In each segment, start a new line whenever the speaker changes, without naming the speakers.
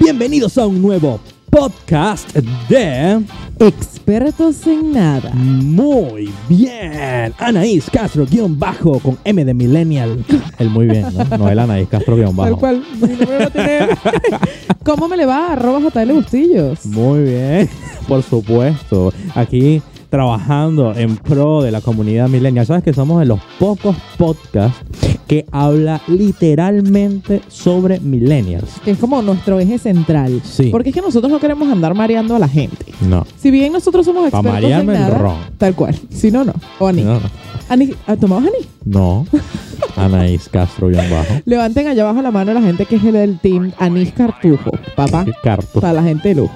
Bienvenidos a un nuevo podcast de
Expertos en nada.
Muy bien. Anaís Castro, guión bajo, con M de Millennial.
El muy bien, ¿no? No el Anaís Castro guión
Tal
bajo.
cual. mi nombre va a tener- ¿Cómo me le va? Arroba JL Bustillos.
Muy bien, por supuesto. Aquí trabajando en pro de la comunidad millennial. Sabes que somos de los pocos podcasts que habla literalmente sobre millennials.
Que es como nuestro eje central.
Sí.
Porque es que nosotros no queremos andar mareando a la gente.
No.
Si bien nosotros somos
Para
expertos en
marearme el
nada.
ron.
Tal cual. Si no, no. O Ani.
No.
Ani- ah, ¿Tomamos Ani?
no. Anaís Castro guión bajo.
Levanten allá abajo la mano la gente que es del team Anís Cartujo. Papá.
Qué Carto.
Para la gente de lujo.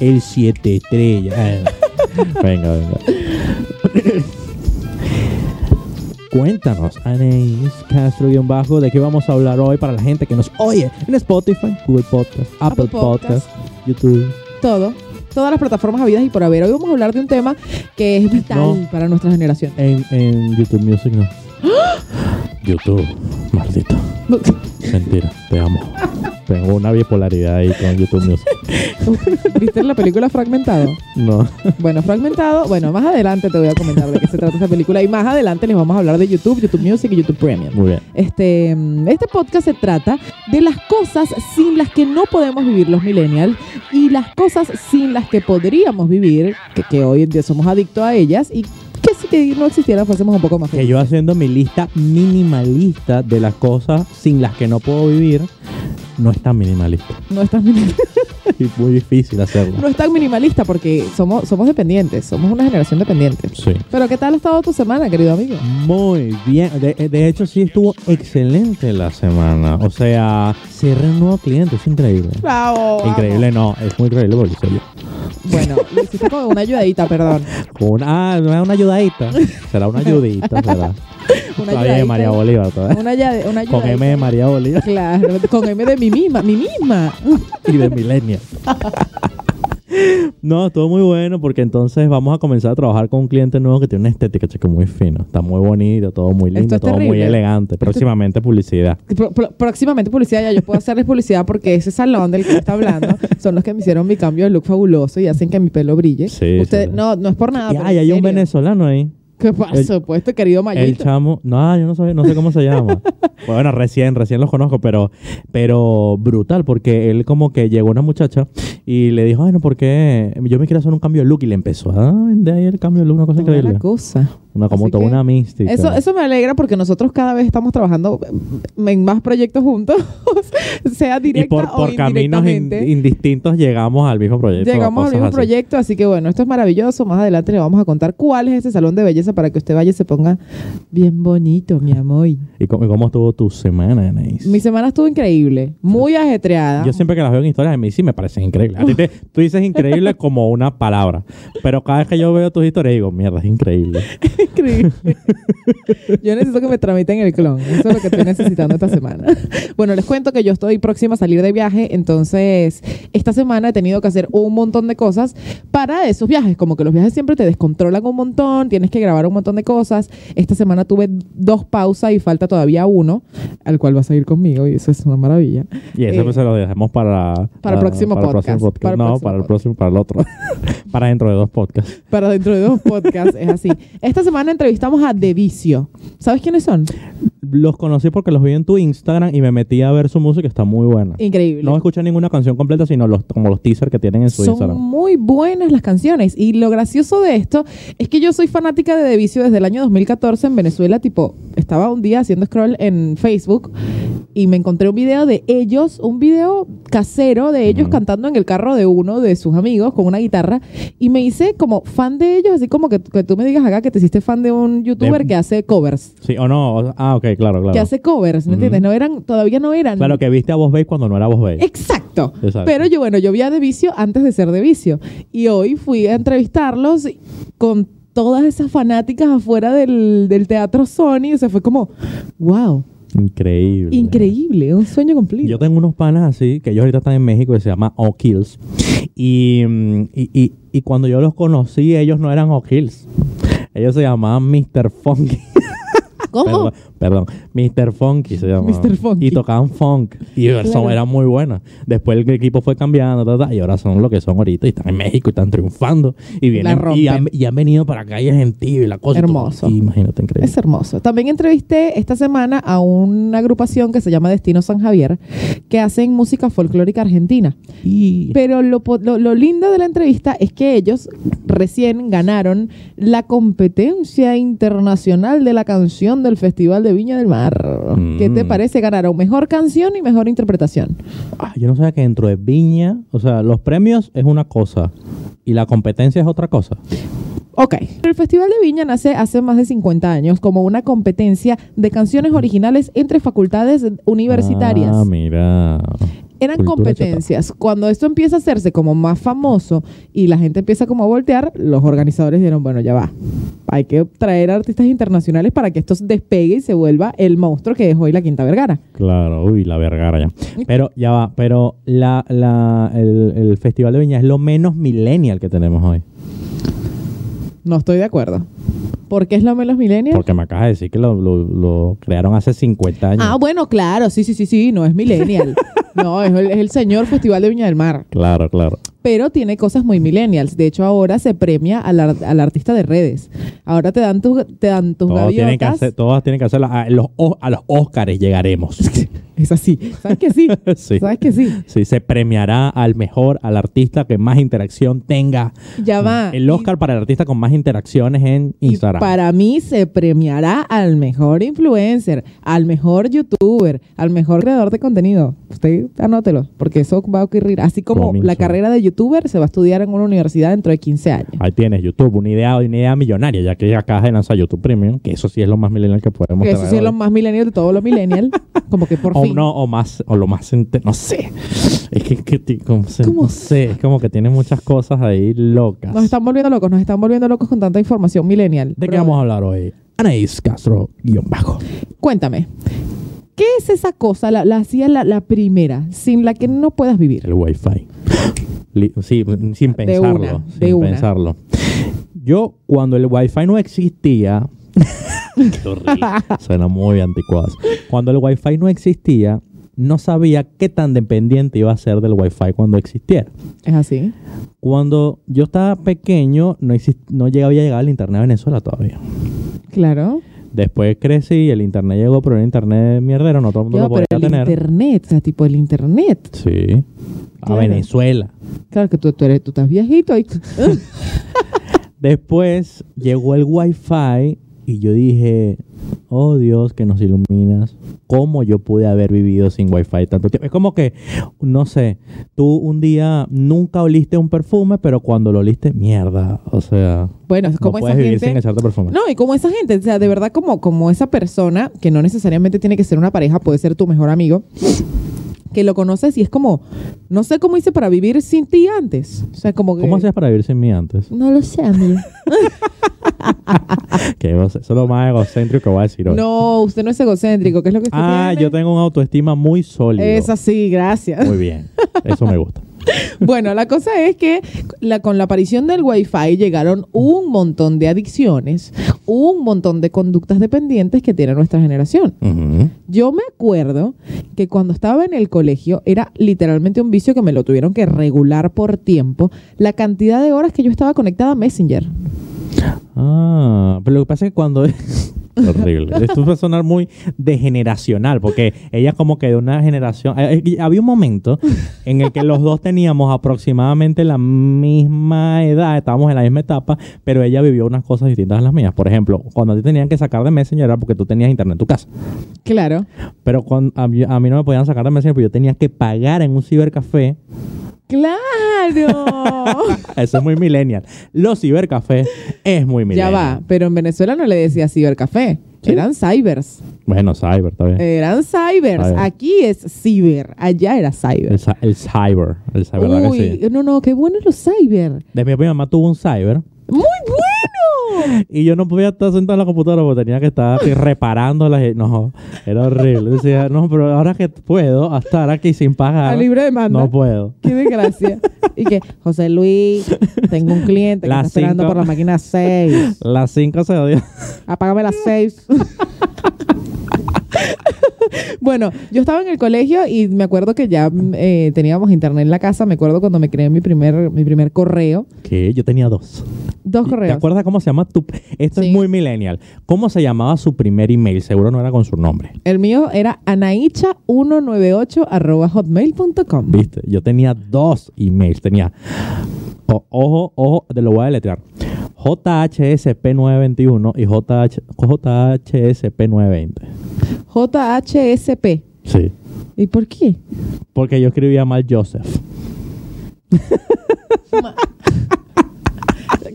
El 7 estrellas. Eh, venga, venga. Cuéntanos, Anaís Castro-Bajo, de qué vamos a hablar hoy para la gente que nos oye en Spotify, Google Podcast, Apple,
Apple Podcast.
Podcast, YouTube.
Todo. Todas las plataformas habidas y por haber. Hoy vamos a hablar de un tema que es vital para nuestra generación.
En, en YouTube Music no. YouTube, maldito. Mentira, te amo. Tengo una bipolaridad ahí con YouTube Music.
¿Viste la película Fragmentado?
No.
Bueno, Fragmentado, bueno, más adelante te voy a comentar de qué se trata esa película y más adelante les vamos a hablar de YouTube, YouTube Music y YouTube Premium.
Muy bien.
Este, mm, este podcast se trata de las cosas sin las que no podemos vivir los millennials y las cosas sin las que podríamos vivir, que, que hoy en día somos adictos a ellas y que si que no existieran fuésemos un poco más
que
felices.
yo haciendo mi lista minimalista de las cosas sin las que no puedo vivir, no es tan minimalista.
No es tan, mini-
Es muy difícil hacerlo.
no es tan minimalista porque somos, somos dependientes, somos una generación dependiente.
Sí.
Pero ¿qué tal ha estado tu semana, querido amigo?
Muy bien. De, eh, de hecho, sí estuvo excelente la semana. O sea, cerré un nuevo cliente. Es increíble.
¡Bravo!
Increíble, no. Es muy increíble porque soy yo.
Bueno, lo hiciste con una ayudadita, perdón.
Una, ah, una ayudadita. Será una ayudita, será.
Una
Está bien,
ayudadita.
María Bolívar. todavía.
Una ayuda, una
Con
ayudadita.
M de María Bolívar
Claro, con M de mí misma, mi misma.
y de Millennial. No, estuvo muy bueno porque entonces vamos a comenzar a trabajar con un cliente nuevo que tiene una estética chico, muy fina. Está muy bonito, todo muy
Esto
lindo,
es
todo muy
terrible.
elegante. Próximamente publicidad.
Pro- pro- próximamente publicidad, ya yo puedo hacerles publicidad porque ese salón del que está hablando son los que me hicieron mi cambio de look fabuloso y hacen que mi pelo brille.
Sí,
Usted-
sí, sí.
No, no es por nada.
Y
Ah, pero
ay,
en
hay un
serio.
venezolano ahí.
Que por
el-
supuesto, querido
El
Mayito.
chamo, no, yo no, sabía- no sé cómo se llama. bueno, recién, recién los conozco, pero, pero brutal, porque él como que llegó una muchacha y le dijo, bueno, ¿por qué? Yo me quiero hacer un cambio de look y le empezó a vender ahí el cambio de look, una cosa
Toda la
increíble.
cosa.
Una, como
Así
toda
que
una mística.
Eso, eso me alegra porque nosotros cada vez estamos trabajando en más proyectos juntos, sea
y
directa
por,
o
por caminos in-
indirectamente.
indistintos llegamos al mismo proyecto.
Llegamos al
cosas
mismo
así.
proyecto, así que bueno, esto es maravilloso. Más adelante le vamos a contar cuál es ese salón de belleza para que usted vaya y se ponga bien bonito, mi amor.
¿Y cómo, y cómo estuvo tu semana, Anaís?
Mi semana estuvo increíble, muy ajetreada.
Yo siempre que las veo en historias, a mí sí me parecen increíbles. A ti te- tú dices increíble como una palabra. Pero cada vez que yo veo tus historias, digo, mierda, es increíble.
Increíble. yo necesito que me tramiten el clon. Eso es lo que estoy necesitando esta semana. bueno, les cuento que yo estoy próxima a salir de viaje, entonces esta semana he tenido que hacer un montón de cosas para esos viajes. Como que los viajes siempre te descontrolan un montón, tienes que grabar un montón de cosas. Esta semana tuve dos pausas y falta todavía uno, al cual vas a ir conmigo y eso es una maravilla.
Y eso
Eh,
pues se lo dejamos para...
el próximo
para el
podcast. Para el
no,
próximo
para el
podcast.
próximo, para el otro. para dentro de dos podcasts.
Para dentro de dos podcasts es así. Esta semana entrevistamos a De Vicio. ¿Sabes quiénes son?
Los conocí porque los vi en tu Instagram y me metí a ver su música. Está muy buena.
Increíble.
No escuché ninguna canción completa, sino los, como los teasers que tienen en su
son
Instagram.
muy buenas las canciones. Y lo gracioso de esto es que yo soy fanática de Devicio desde el año 2014 en Venezuela. Tipo, estaba un día haciendo scroll en Facebook y me encontré un video de ellos, un video casero de ellos
Ujú.
cantando en el carro de uno de sus amigos con una guitarra. Y me hice como fan de ellos, así como que, que tú me digas acá que te hiciste fan de un youtuber que hace covers.
Sí, o no. o- Ah, ok, claro, claro.
Que hace covers, ¿me
Ujú.
entiendes? No eran, todavía no eran.
Claro, que viste a Vos Babe cuando no era Vos Babe.
Exacto.
Exacto.
Pero yo, bueno, yo vi a De Vicio antes de ser De Vicio. Y hoy fui a entrevistarlos con todas esas fanáticas afuera del, del teatro Sony. O sea, fue como, wow,
Increíble.
increíble, un sueño cumplido.
Yo tengo unos panas así, que ellos ahorita están en México, que se llama O'Kills. Y, mm, y, y, y cuando yo los conocí, ellos no eran O'Kills. Ellos se llamaban Mr. Funky.
¿Cómo?
Perdón, Perdón. Mr. Funky se llamaba.
Mr. Funky.
Y tocaban funk. Y
Claro.
son, eran muy buenas. Después el equipo fue cambiando, ta, ta, y ahora son lo que son ahorita. Y están en México y están triunfando. Y vienen
rompen.
y han, y han venido para acá y Argentina y la cosa. y todo.
Hermoso.
Y imagínate, increíble.
Es hermoso. También entrevisté esta semana a una agrupación que se llama Destino San Javier, que hacen música folclórica argentina.
Y-
Pero lo, po- lo, lo lindo de la entrevista es que ellos recién ganaron la competencia internacional de la canción del Festival de Viña del Mar.
Mm.
¿Qué te parece? Ganaron mejor canción y mejor interpretación.
Ah, yo no sabía que dentro de Viña, o sea, los premios es una cosa y la competencia es otra cosa.
Ok. El Festival de Viña nace hace más de 50 años como una competencia de canciones originales entre facultades universitarias.
Ah, mira.
Eran
Cultura chata.
competencias. Cuando esto empieza a hacerse como más famoso y la gente empieza como a voltear, los organizadores dijeron, bueno, ya va. Hay que traer artistas internacionales para que esto se despegue y se vuelva el monstruo que es hoy la Quinta Vergara.
Claro, uy, la vergara ya. Pero ya va, pero la, la, el, el Festival de Viña es lo menos millennial que tenemos hoy.
No estoy de acuerdo. ¿Por qué es lo menos millennial?
Porque me acabas de decir que lo, lo- lo crearon hace 50 años.
Ah, bueno, claro, sí, sí, sí, sí, no es millennial. No, es el- es el señor Festival de Viña del Mar.
Claro, claro.
pero tiene cosas muy millennials. De hecho, ahora se premia al, ar- al artista de redes. Ahora te dan, tu- te dan tus
Todos tienen, que
gaviotas.
hacer, todos tienen que hacer la- a los, o- a los Óscares llegaremos.
Es así. ¿Sabes que sí?
Sí.
¿Sabes que sí?
Sí, se premiará al mejor, al artista que más interacción tenga.
Ya va.
Mm. El Oscar para el artista con más interacciones en
Y- y
Instagram.
para mí se premiará al mejor influencer, al mejor youtuber, al mejor creador de contenido. Usted anótelo, porque eso va a ocurrir. Así como la
Comienzo.
carrera de youtuber se va a estudiar en una universidad dentro de 15 años.
Ahí tienes YouTube, una idea, una idea millonaria, ya que acabas de lanzar YouTube Premium, que eso sí es lo más millennial que podemos
Que eso
tener
sí es lo
hoy.
más millennial de todos los millennials. como que por
o
fin.
Oh, no, o más, o lo más, ente- no sé. Es que, que ti- como se-
¿Cómo?
no sé, es como que tiene muchas cosas ahí locas.
Nos están volviendo locos, nos están volviendo locos con tanta información millennial.
¿De qué
Brother,
vamos a hablar hoy? Anaís Castro, guión bajo.
Cuéntame, ¿qué es esa cosa, la, la hacía la, la primera, sin la que no puedas vivir?
El Wi-Fi. Li- sí, sin pensarlo.
una,
sin
de una.
pensarlo. Yo, cuando el Wi-Fi no existía. Qué horrible. Suena muy anticuado. Cuando el Wi-Fi no existía, no sabía qué tan dependiente iba a ser del Wi-Fi cuando existiera.
Es así.
Cuando yo estaba pequeño, no, exist- no llegaba, había llegado el Internet a Venezuela todavía.
Claro.
Después crecí y el Internet llegó, pero el Internet mierdero, no todo el mundo
Ya,
lo podía
pero el
tener.
internet, o sea, tipo el internet.
Sí. A
Claro.
Venezuela.
Claro que tú, tú, eres, tú estás viejito ahí.
Después llegó el Wi-Fi y yo dije, oh Dios, que nos iluminas. ¿Cómo yo pude haber vivido sin Wi-Fi tanto tiempo? Es como que, no sé, tú un día nunca oliste un perfume, pero cuando lo oliste, mierda. O sea,
Bueno, es
no
como
puedes
Pues, esa
vivir
gente...
sin echarte perfume.
No, y como esa gente, o sea, de verdad como, como esa persona, que no necesariamente tiene que ser una pareja, puede ser tu mejor amigo, que lo conoces y es como, no sé cómo hice para vivir sin ti antes. O sea, como que...
¿Cómo hacías para vivir sin mí antes?
No lo sé, amigo.
que ego- eso es lo más egocéntrico que voy a decir hoy.
No, usted no es egocéntrico, ¿qué es lo que usted
ah,
tiene?
yo tengo una autoestima muy sólida.
Es así, gracias.
Muy bien. Eso me gusta.
bueno, la cosa es que la, con la aparición del Wi-Fi llegaron un montón de adicciones, un montón de conductas dependientes que tiene nuestra generación.
Ujú.
Yo me acuerdo que cuando estaba en el colegio era literalmente un vicio que me lo tuvieron que regular por tiempo, la cantidad de horas que yo estaba conectada a Messenger.
Ah, pero lo que pasa es que cuando... Horrible. Esto va a sonar muy degeneracional, porque ella como que de una generación... eh, eh, Había un momento en el que los dos teníamos aproximadamente la misma edad, estábamos en la misma etapa, pero ella vivió unas cosas distintas a las mías. Por ejemplo, cuando a ti tenían que sacar de Messenger era porque tú tenías internet en tu casa.
Claro.
Pero cuando, a, mí, a mí no me podían sacar de Messenger porque yo tenía que pagar en un cibercafé.
Claro.
Eso es muy millennial. Los cibercafés es muy
ya
millennial.
va, pero en Venezuela no le decía cibercafé,
Sí.
eran cybers.
Bueno, cyber, está bien.
Eran cybers.
Cyber.
Aquí es ciber. Allá era
El,
cyber.
cy- el cyber. El cyber, ¿verdad que sí?
Uy, no, no, qué bueno los cyber.
Después mi mamá tuvo un cyber
¡Muy bueno!
y yo no podía estar sentado en la computadora porque tenía que estar reparando las... No, era horrible. Decía, no, pero ahora que puedo estar aquí sin pagar...
A libre demanda.
Ah, No puedo.
¡Qué desgracia! y que, José Luis, tengo un cliente que
Las
está esperando
cinco.
por la máquina 6.
Las 5 se odió.
Apágame las 6. Bueno, yo estaba en el colegio y me acuerdo que ya mm, eh, teníamos internet en la casa. Me acuerdo cuando me creé mi primer, mi primer correo.
Que yo tenía dos.
Dos
¿Y
correos.
¿Te acuerdas cómo se llama tu.? Esto
Sí.
es muy millennial. ¿Cómo se llamaba su primer email? Seguro no era con su nombre.
El mío era anaicha198 arroba hotmail.com.
¿Viste? Yo tenía dos emails. Tenía. o- ojo, ojo, te lo voy a deletrear. JHSP921 y JH, JHSP920.
JHSP.
Sí.
¿Y por qué?
Porque yo escribía mal Joseph.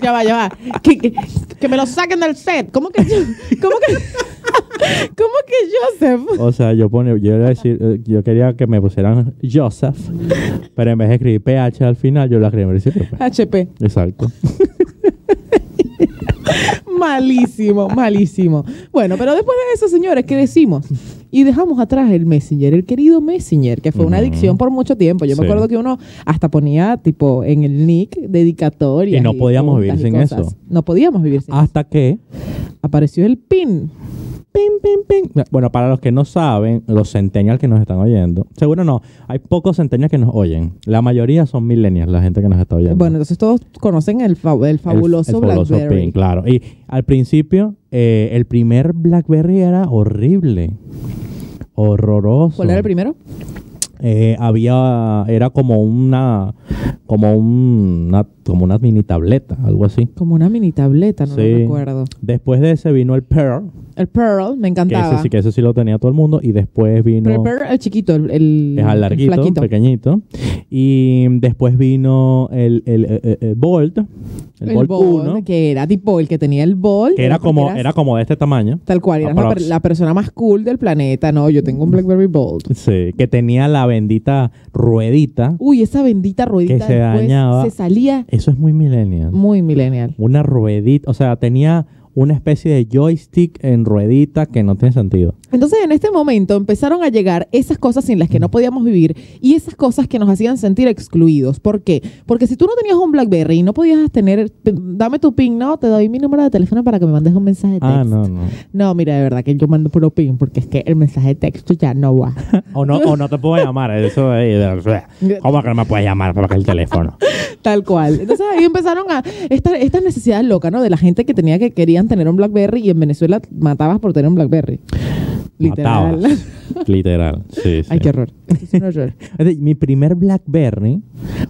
Ya va, ya va. Que, que- que me lo saquen del set. ¿Cómo que yo? ¿Cómo que, ¿cómo que Joseph?
O sea, yo pone, yo iba a decir, eh, yo quería que me pusieran Joseph, pero en vez de escribir PH al final, yo lo escribí en el principio, pues.
HP.
Exacto.
Malísimo, malísimo. Bueno, pero después de eso, señores, ¿qué decimos? Y dejamos atrás el Messenger, el querido Messenger, que fue una
Ujú.
adicción por mucho tiempo. Yo
Sí.
me acuerdo que uno hasta ponía, tipo, en el nick dedicatoria.
Y no podíamos vivir sin eso. Ah.
No podíamos vivir sin
Hasta que,
eso. Apareció el PIN.
pim, pim, pim. Bueno, para los que no saben, los centennials que nos están oyendo, seguro no, hay pocos centennials que nos oyen. La mayoría son millennials, la gente que nos está oyendo.
Bueno, entonces todos conocen el, fa- el
El- el
fabuloso BlackBerry.
pin, claro. Y al principio, eh, el primer BlackBerry era horrible. Horroroso.
¿Cuál era el primero?
Eh, había era como una como un- una como una mini tableta algo así
Como una mini tableta, no
Sí.
lo recuerdo.
después de ese vino el Pearl
El
que
Pearl, me
ese
encantaba.
sí que ese sí lo tenía todo el mundo y después
Pero
vino
el Pearl, el chiquito, el, el-
es al
el
larguito
Mm, flaquito.
pequeñito y después vino el el, el- el- el Bolt el, Bolt 1
que era tipo el que tenía el bol.
que era como
porque
era
eras
como de este tamaño
Tal cual, eras la, per-
Aprox.
la persona más cool del planeta. No, yo tengo un Blackberry Bold.
sí, que tenía la bendita ruedita
Uy, esa bendita ruedita
Que se
después
dañaba.
se salía
eso es muy millennial
muy millennial.
una ruedita, o sea, tenía una especie de joystick en ruedita que no tiene sentido.
Entonces, en este momento empezaron a llegar esas cosas sin las que no podíamos vivir y esas cosas que nos hacían sentir excluidos. ¿Por qué? Porque si tú no tenías un Blackberry y no podías tener, p- dame tu pin, no, te doy mi número de teléfono para que me mandes un mensaje de texto.
Ah, no, no.
No, mira, de verdad que yo mando puro pin porque es que el mensaje de texto ya no va.
O no, o no te puedo llamar, eh, eso es- ¿Cómo que no me puedes llamar para el teléfono?
Tal cual. Entonces ahí empezaron a estas estas necesidades locas, ¿no? De la gente que tenía que querían tener un BlackBerry y en Venezuela matabas por tener un BlackBerry. Literal.
Matabas. Literal, sí, sí.
Ay, qué horror. Esto es un horror.
Es decir, Mi primer BlackBerry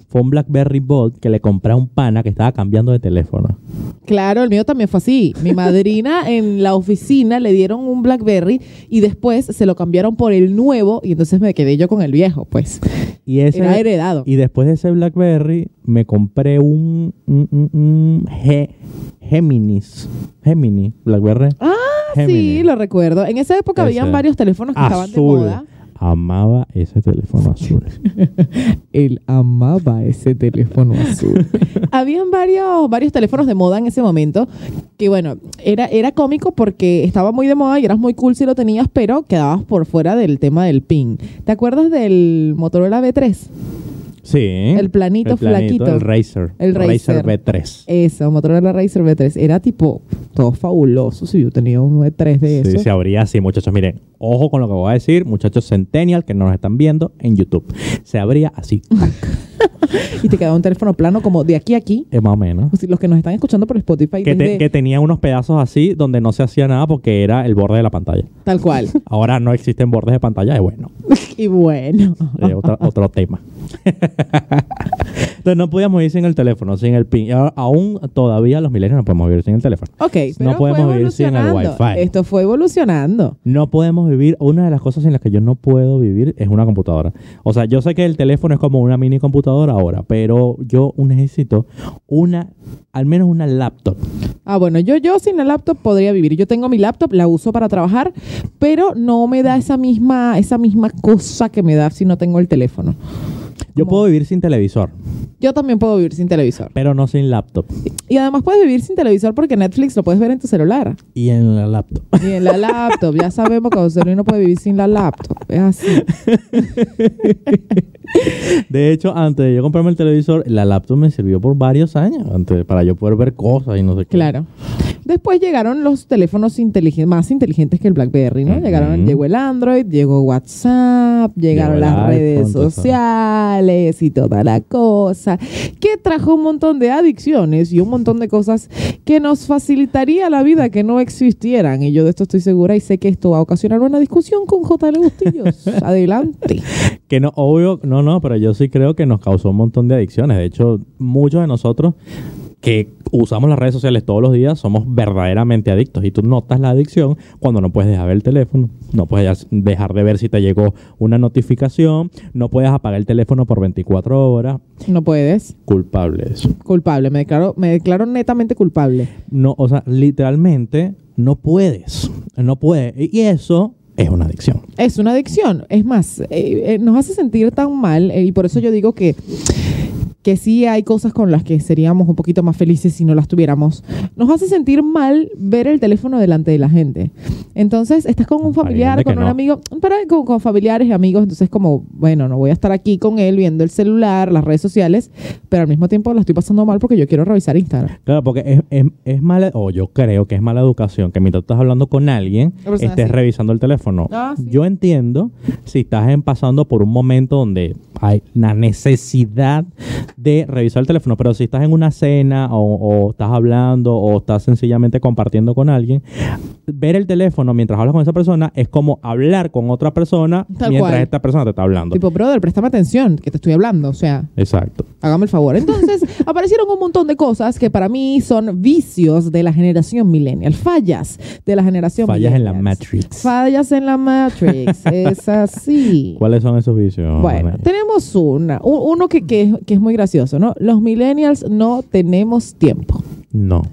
fue un BlackBerry Bolt que le compré a un pana que estaba cambiando de teléfono.
Claro, el mío también fue así. Mi madrina en la oficina le dieron un BlackBerry y después se lo cambiaron por el nuevo y entonces me quedé yo con el viejo, pues.
Y ese
Era heredado.
y después de ese BlackBerry me compré un, un, un- un Ge- Géminis. Gemini, BlackBerry.
Ah,
Gemini.
Sí, lo recuerdo. En esa época habían
Ese.
varios teléfonos que estaban de
azul.
moda.
Amaba ese teléfono azul.
Él amaba ese teléfono azul. Habían varios, varios teléfonos de moda en ese momento que, bueno, era, era cómico porque estaba muy de moda y eras muy cool si lo tenías, pero quedabas por fuera del tema del pin. ¿Te acuerdas del Motorola B3?
sí.
El planito flaquito.
El Razer.
El Razer.
B3.
Eso, Motorola Razer B3. Era tipo todo fabuloso si yo tenía un B3 de
Sí,
eso.
se abría así, muchachos. Miren, ojo con lo que voy a decir, muchachos Centennial que no nos están viendo en YouTube. Se abría así,
Y te quedaba un teléfono plano como de aquí a aquí.
eh, más o menos.
O si Los que nos están escuchando por Spotify,
Que, te-
desde-
que tenía unos pedazos así donde no se hacía nada porque era el borde de la pantalla.
tal cual.
Ahora no existen bordes de pantalla, es bueno.
y bueno.
eh, otra- otro tema. Entonces no podíamos ir sin el teléfono, sin el pin. Y ahora- Aún todavía los milenios no podemos vivir sin el teléfono.
Ok, pero
No podemos
fue
vivir sin el
evolucionando.
Wi-Fi.
Esto fue evolucionando.
No podemos vivir, una de las cosas en las que yo no puedo vivir es una computadora. O sea, yo sé que el teléfono es como una mini computadora ahora, pero yo necesito una, al menos una laptop.
Ah, bueno, yo, yo sin la laptop podría vivir. Yo tengo mi laptop, la uso para trabajar, pero no me da esa misma, esa misma cosa que me da si no tengo el teléfono.
Yo
¿Cómo?
puedo vivir sin televisor,
Yo también puedo vivir sin televisor.
pero no sin laptop.
Y además puedes vivir sin televisor porque Netflix lo puedes ver en tu celular.
Y en la laptop.
Y en la laptop, ya sabemos que José no puede vivir sin la laptop. Es así.
De hecho, antes de yo comprarme el televisor, la laptop me sirvió por varios años antes para yo poder ver cosas y no sé qué.
Claro. Después llegaron los teléfonos inteligen- más inteligentes que el BlackBerry, ¿no?
Ujú.
Llegaron, llegó el Android, llegó WhatsApp,
Llegó
llegaron
el
las
iPhone,
redes
todo eso.
sociales y toda la cosa, que trajo un montón de adicciones y un montón de cosas que nos facilitaría la vida que no existieran. Y yo de esto estoy segura y sé que esto va a ocasionar una discusión con J.L. Bustillos. Adelante.
Que no, obvio, no, no, pero yo sí creo que nos causó un montón de adicciones. De hecho, muchos de nosotros que usamos las redes sociales todos los días somos verdaderamente adictos. Y tú notas la adicción cuando no puedes dejar ver el teléfono, no puedes dejar de ver si te llegó una notificación, no puedes apagar el teléfono por 24 horas.
No puedes.
Culpable de eso.
Culpable. Me declaro, me declaro netamente culpable.
No, o sea, literalmente no puedes. No puedes. Y eso es una adicción.
Es una adicción. Es más, eh, eh, nos hace sentir tan mal eh, y por eso yo digo que, que sí hay cosas con las que seríamos un poquito más felices si no las tuviéramos. Nos hace sentir mal ver el teléfono delante de la gente. Entonces, estás con un
Hay gente
familiar, con
que
un
no.
amigo, pero eh, con, con familiares y amigos, entonces como, bueno, no voy a estar aquí con él viendo el celular, las redes sociales, pero al mismo tiempo la estoy pasando mal porque yo quiero revisar Instagram.
Claro, porque es, es, es mala, o yo creo que es mala educación que mientras estás hablando con alguien,
La persona
estés
así.
revisando el teléfono.
Ah, sí.
Yo entiendo si estás en- pasando por un momento donde hay la necesidad de revisar el teléfono, pero si estás en una cena o, o estás hablando o estás sencillamente compartiendo con alguien, ver el teléfono mientras hablas con esa persona es como hablar con otra persona
Tal
mientras
cual.
esta persona te está hablando.
Tipo, brother, préstame atención, que te estoy hablando, o sea.
Exacto.
Hágame el favor. Entonces, aparecieron un montón de cosas que para mí son vicios de la generación millennial, fallas de la generación
Fallas en la
millennials.
Matrix.
Fallas en la Matrix, es así.
¿Cuáles son esos vicios?
Bueno,
Manuel?
tenemos una, u- uno que, que, que es muy gracioso, ¿no? Los millennials no tenemos tiempo.
no.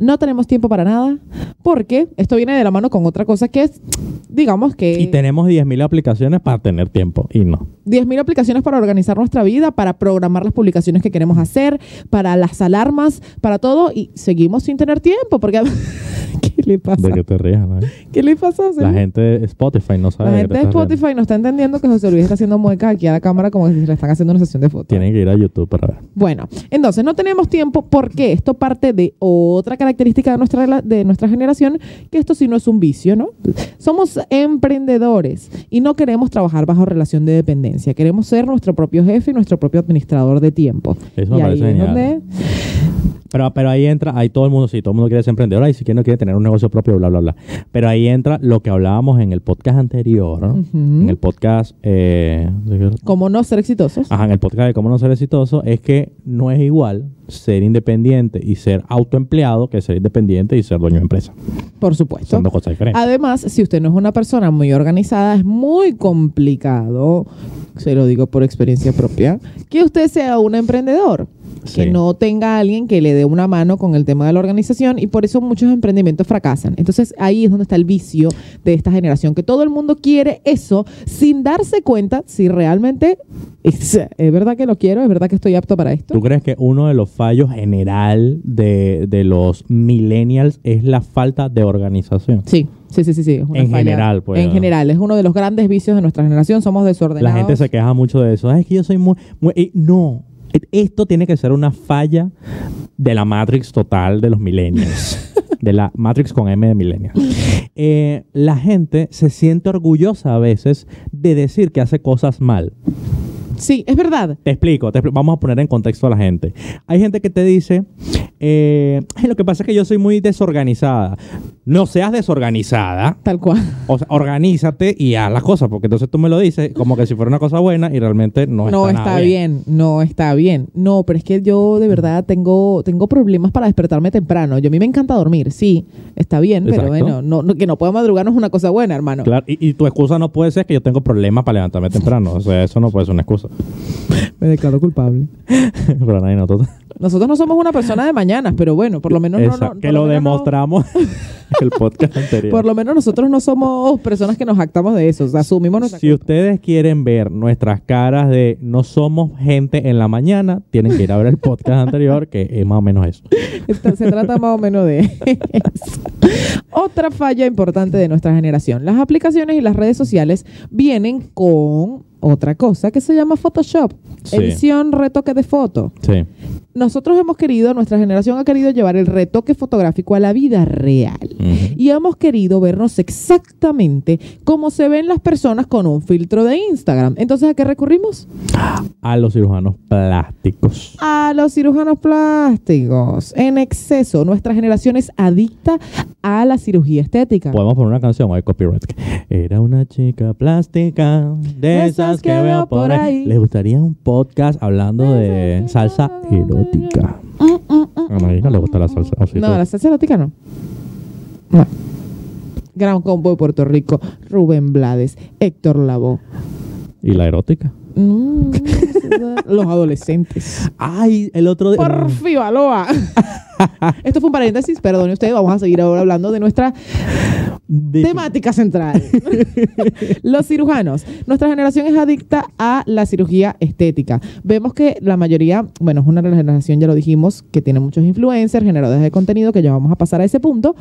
No tenemos tiempo para nada porque esto viene de la mano con otra cosa que es, digamos que...
Y tenemos 10.000 aplicaciones para tener tiempo. Y no.
10.000 aplicaciones para organizar nuestra vida, para programar las publicaciones que queremos hacer, para las alarmas, para todo, y seguimos sin tener tiempo, porque... ¿Qué le pasa?
De que te rías, ¿no?
¿Qué le pasa?
La gente de Spotify no
La
sabe. de qué
gente
te
de
estás riendo.
Spotify no está entendiendo que José Luis está haciendo muecas aquí a la cámara como si le están haciendo una sesión de fotos.
Tienen que ir a YouTube para ver.
Bueno, entonces no tenemos tiempo porque esto parte de otra característica de nuestra, rela- de nuestra generación, que esto sí no es un vicio, ¿no? Somos emprendedores y no queremos trabajar bajo relación de dependencia. Queremos ser nuestro propio jefe y nuestro propio administrador de tiempo.
Eso me
y ahí
parece
es
genial.
donde
Pero, pero ahí entra, ahí todo el mundo, sí, todo el mundo quiere ser emprendedor, ahí si quiere no quiere tener un negocio propio, bla, bla, bla. Pero ahí entra lo que hablábamos en el podcast anterior, ¿no?
Ujú.
en el podcast, eh,
¿Cómo no ser exitosos?
ajá, en el podcast de cómo no ser exitoso, es que no es igual ser independiente y ser autoempleado que ser independiente y ser dueño de empresa.
Por supuesto.
Son dos cosas diferentes.
Además, si usted no es una persona muy organizada, es muy complicado, se lo digo por experiencia propia, que usted sea un emprendedor. Que
Sí.
no tenga alguien que le dé una mano con el tema de la organización y por eso muchos emprendimientos fracasan. Entonces ahí es donde está el vicio de esta generación, que todo el mundo quiere eso sin darse cuenta si realmente es, es verdad que lo quiero, es verdad que estoy apto para esto.
¿Tú crees que uno de los fallos general de, de los millennials es la falta de organización?
Sí, sí, sí, sí. sí, es una
En
falla.
general, pues,
En
¿no?
general, es uno de los grandes vicios de nuestra generación, somos
La
desordenados.
gente se queja mucho de eso. "Ay, Es que yo soy muy... muy- eh, no, Eh, esto tiene que ser una falla de la Matrix total de los millennials. de la Matrix con M de millennials. Eh, la gente se siente orgullosa a veces de decir que hace cosas mal.
Sí, es verdad.
Te explico, te expli- vamos a poner en contexto a la gente. Hay gente que te dice, eh, "Ay, lo que pasa es que yo soy muy desorganizada. No seas desorganizada.
Tal cual.
O sea, organízate y haz las cosas, porque entonces tú me lo dices como que si fuera una cosa buena y realmente no,
No,
está,
está,
nada bien.
bien. no está bien. No, pero es que yo de verdad tengo, tengo problemas para despertarme temprano. Yo a mí me encanta dormir, sí, está bien, pero
Exacto.
bueno, no, no- que no pueda madrugar no es una cosa buena, hermano.
Claro, y, y tu excusa no puede ser que yo tengo problemas para levantarme temprano. O sea, eso no puede ser una excusa.
Me declaro culpable.
Pero nadie notó.
Nosotros no somos una persona de mañanas, pero bueno, por lo menos no-
Esa-
no,
que
por
lo
menos no-
demostramos en el podcast anterior.
por lo menos nosotros no somos personas que nos actamos de eso. O sea, asumimos nuestra
si
culpa.
ustedes quieren ver nuestras caras de no somos gente en la mañana, tienen que ir a ver el podcast anterior, que es más o menos eso.
Esto- Se trata más o menos de eso. Otra falla importante de nuestra generación. Las aplicaciones y las redes sociales vienen con otra cosa que se llama Photoshop.
Sí.
Edición, retoque de foto.
Sí.
Nosotros hemos querido, nuestra generación ha querido llevar el retoque fotográfico a la vida real.
Ujú.
Y hemos querido vernos exactamente como se ven las personas con un filtro de Instagram. Entonces, ¿a qué recurrimos?
A los cirujanos plásticos.
a los cirujanos plásticos en exceso. Nuestra generación es adicta a la cirugía estética.
Podemos poner una canción, hay copyright. Era una chica plástica, de esas que veo por ahí. ¿Les gustaría un podcast hablando de salsa erótica?
Mm, mm, mm.
A Marina le gusta la salsa. o sí, pues.
No,
tú-
la salsa erótica no. No. Gran Combo de Puerto Rico, Rubén Blades, Héctor Lavoe.
¿Y la erótica?
Mm, los adolescentes.
Ay, el otro Mm, día.
Porfi Baloa. Esto fue un paréntesis, perdone usted, vamos a seguir ahora hablando de nuestra
de-
Temática central. Los cirujanos. Nuestra generación es adicta a la cirugía estética. Vemos que la mayoría, bueno, es una generación, ya lo dijimos, que tiene muchos influencers, generadores de contenido, que ya vamos a pasar a ese punto,